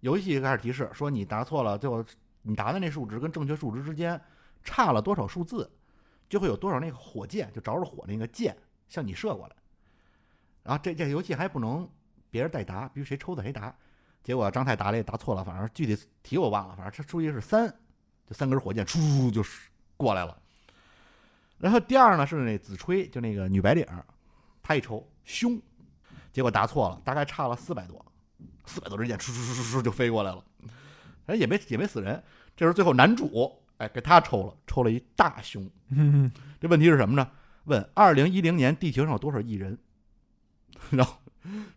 游戏开始提示说你答错了，最后你答的那数值跟正确数值之间差了多少数字，就会有多少那个火箭就着着火那个箭向你射过来。然后这这游戏还不能别人代答，必须谁抽的谁答。结果张太答了也答错了，反正具体题我忘了，反正他出去是三，就三根火箭出就是过来了。然后第二呢是那子吹，就那个女白领儿，她一抽凶，结果答错了，大概差了四百多，四百多支箭出出出出出就飞过来了，反正也没也没死人。这时候最后男主哎给他抽了，抽了一大凶。嗯，这问题是什么呢？问二零一零年地球上有多少亿人？然后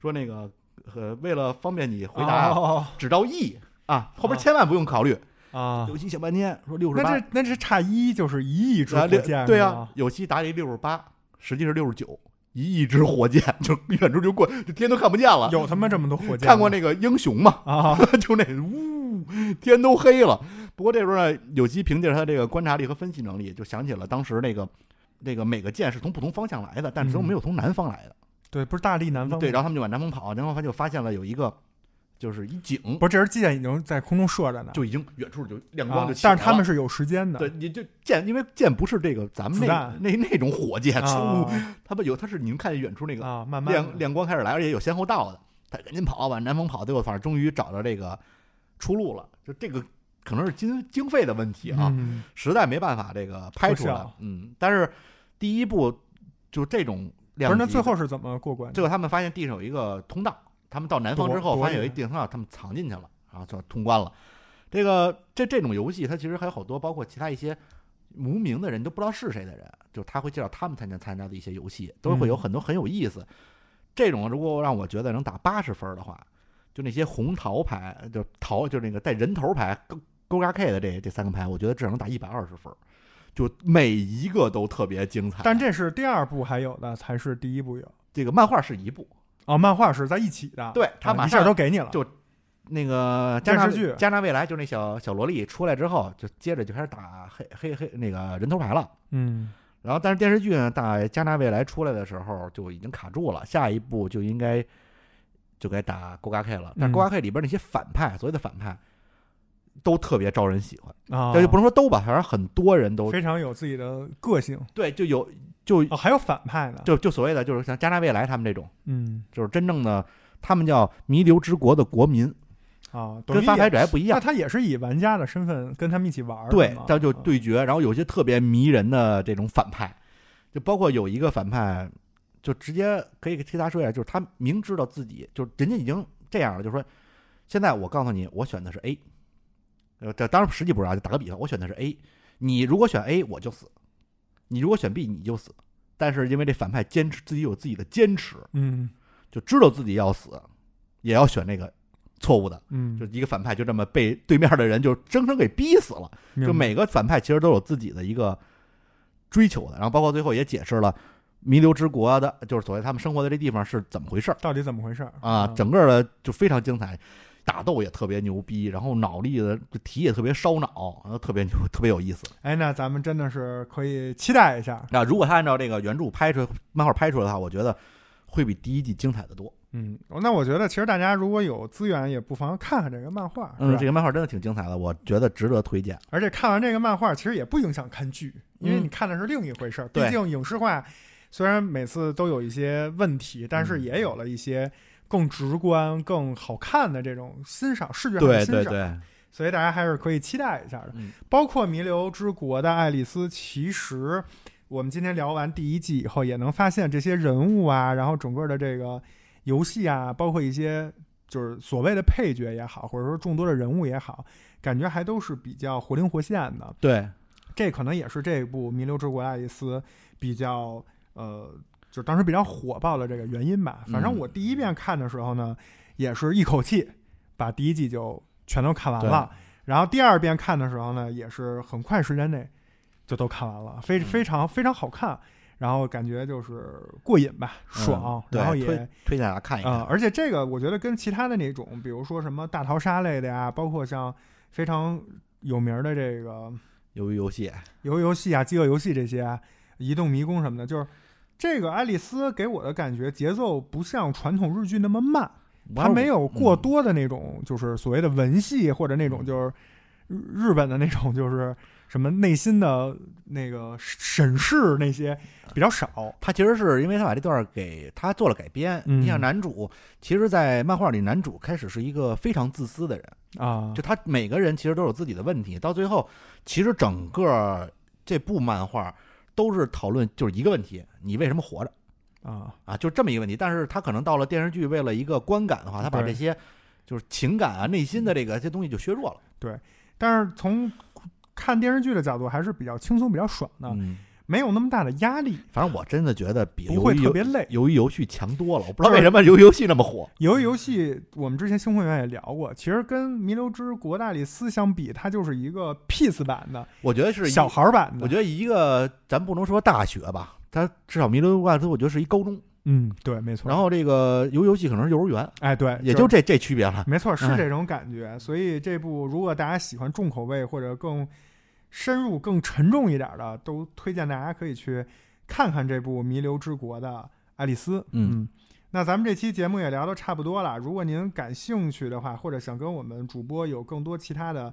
说那个呃，为了方便你回答啊，哦只到亿啊，后边啊千万不用考虑。啊，有戏想半天说六十八那，这那这差一就是一亿支啊火六箭，对呀、啊，有戏答了一六十八，实际是六十九，一亿只火箭就远处就过，就天都看不见了。有他妈这么多火箭吗？看过那个英雄嘛？ (laughs) 啊？ (laughs) 就那呜，天都黑了。不过这时候呢，有机凭借他这个观察力和分析能力，就想起了当时那个那个每个箭是从不同方向来的，但是都嗯没有从南方来的。对，不是大力南方吗对，然后他们就往南方跑，然后他就发现了有一个就是一井，不是这人箭已经在空中射着呢，就已经远处就亮光啊就、起来但是他了们是有时间的，啊对，你就箭，因为箭不是这个咱们子那弹那那种火箭，啊它不有，它是您看远处那个啊，慢慢的亮亮光开始来，而且有先后到的，他赶紧跑，往南方跑，最后反正终于找到这个出路了。就这个可能是经经费的问题啊，嗯啊实在没办法这个拍出特来效。嗯，但是第一部就这种不量是级的，那最后是怎么过关的？最后他们发现地上有一个通道，他们到南方之后躲发现有一地下通道，他们藏进去了，然后就通关了。这个这这种游戏，它其实还有好多，包括其他一些无名的人都不知道是谁的人，就他会介绍他们参加参加的一些游戏，都会有嗯很多很有意思。这种如果让我觉得能打八十分的话，就那些红桃牌，就桃，就那个带人头牌勾勾嘎 K 的这这三个牌，我觉得至少能打一百二十分，就每一个都特别精彩。但这是第二部还有的，才是第一部有这个漫画是一部，哦。漫画是在一起的，对他啊马一下上都给你了，就那个加纳电视剧加纳未来就那小小萝莉出来之后，就接着就开始打黑黑黑那个人头牌了。嗯然后，但是电视剧呢，打加纳未来出来的时候就已经卡住了，下一步就应该就该打 g 嘎 K 了。但嗯 g 嘎 K 里边那些反派，所谓的反派，都特别招人喜欢。啊，这就不能说都吧，反正很多人都非常有自己的个性对，就有就哦。还有反派呢，就就所谓的就是像加纳未来他们这种，嗯就是真正的他们叫弥留之国的国民，啊，等跟于发也牌者还不一样那。他也是以玩家的身份跟他们一起玩儿的对嘛，他就啊对决，然后有一些特别迷人的这种反派，就包括有一个反派，就直接可以给大家说一下，就是他明知道自己就是人家已经这样了，就说现在我告诉你，我选的是 A，呃，这当然实际不是啊，就打个比方，我选的是 A，你如果选 A 我就死，你如果选 B 你就死，但是因为这反派坚持自己有自己的坚持，嗯就知道自己要死，也要选那个错误的，嗯，就一个反派就这么被对面的人就生生给逼死了。明就白每个反派其实都有自己的一个追求的，然后包括最后也解释了弥留之国啊的，就是所谓他们生活的这地方是怎么回事儿到底怎么回事儿啊，整个的就非常精彩，打斗也特别牛逼，然后脑力的题也特别烧脑，然后特别牛 (laughs) 特别有意思。哎，那咱们真的是可以期待一下那如果他按照这个原著拍出漫画拍出来的话，我觉得会比第一季精彩的多。嗯，那我觉得其实大家如果有资源，也不妨看看这个漫画，是嗯，吧这个漫画真的挺精彩的，我觉得值得推荐。而且看完这个漫画，其实也不影响看剧，因为嗯你看的是另一回事儿。对毕竟影视化虽然每次都有一些问题，但是嗯也有了一些更直观、更好看的这种欣赏，视觉上的对欣赏。对对，所以大家还是可以期待一下的。嗯包括《弥留之国的爱丽丝》，其实我们今天聊完第一季以后，也能发现这些人物啊，然后整个的这个游戏啊，包括一些就是所谓的配角也好，或者说众多的人物也好，感觉还都是比较活灵活现的。对，这可能也是这部《弥留之国的爱丽丝》比较呃，就当时比较火爆的这个原因吧。反正嗯我第一遍看的时候呢，也是一口气把第一季就全都看完了。然后第二遍看的时候呢，也是很快时间内就都看完了，非嗯非常非常好看。然后感觉就是过瘾吧，爽，嗯对然后也推推荐大家看一看。啊、而且这个我觉得跟其他的那种，比如说什么大逃杀类的呀，包括像非常有名的这个由于游戏，游游戏啊、饥饿游戏这些啊、移动迷宫什么的，就是这个爱丽丝给我的感觉节奏不像传统日剧那么慢，它没有过嗯多的那种就是所谓的文戏或者那种就是日日本的那种就是什么内心的那个审视那些比较少。他其实是因为他把这段儿给他做了改编。嗯你想，男主其实，在漫画里，男主开始是一个非常自私的人，啊，就他每个人其实都有自己的问题，到最后，其实整个这部漫画都是讨论就是一个问题：你为什么活着啊，啊？就这么一个问题。但是他可能到了电视剧，为了一个观感的话，他把对这些就是情感啊、内心的这个这些东西就削弱了。但是从看电视剧的角度还是比较轻松、比较爽的，嗯，没有那么大的压力，反正我真的觉得比不会鱿鱼特游别累。鱿鱼游戏强多了。我不知道为什么鱿鱼游戏那么火。由于游戏，我们之前新会员也聊过，其实跟《弥留之国大理斯》相比，它就是一个 PS 版的我觉得是一小孩儿版的。我觉得，得一个咱不能说大学吧，它至少弥留万斯，我觉得是一高中。嗯，对，没错。然，后这个游游戏可能是幼儿园，哎，对，也就就这这区别了。没错，是哎这种感觉。所以这部如果大家喜欢重口味或者更深入、更沉重一点的，都推荐大家可以去看看这部《弥留之国的爱丽丝》。嗯那咱们这期节目也聊得差不多了。如果您感兴趣的话，或者想跟我们主播有更多其他的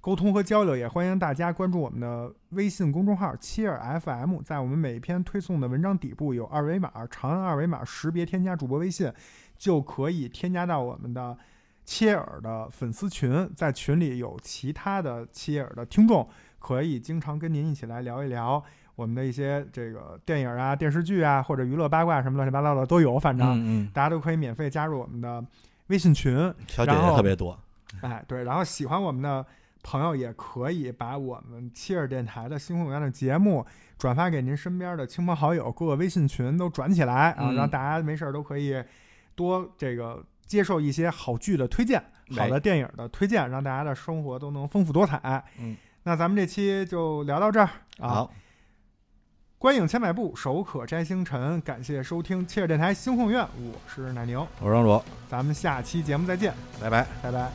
沟通和交流，也欢迎大家关注我们的微信公众号“切尔 FM”。在我们每一篇推送的文章底部有二维码，长按二维码识别添加主播微信，就可以添加到我们的切尔的粉丝群。在群里有其他的切尔的听众，可以经常跟您一起来聊一聊。我们的一些这个电影啊、电视剧啊，或者娱乐八卦什么乱七八糟的都有，反正、嗯，大家都可以免费加入我们的微信群。小姐姐然后特别多。哎，对，然后喜欢我们的朋友也可以把我们切尔电台的《星空有样》的节目转发给您身边的亲朋好友，各个微信群都转起来啊，嗯让大家没事儿都可以多这个接受一些好剧的推荐、对好的电影的推荐，让大家的生活都能丰富多彩。嗯，那咱们这期就聊到这儿啊。好，观影千百步，手可摘星辰。感谢收听切尔电台星空院，我是奶牛，我是庄主，咱们下期节目再见，拜拜。拜拜。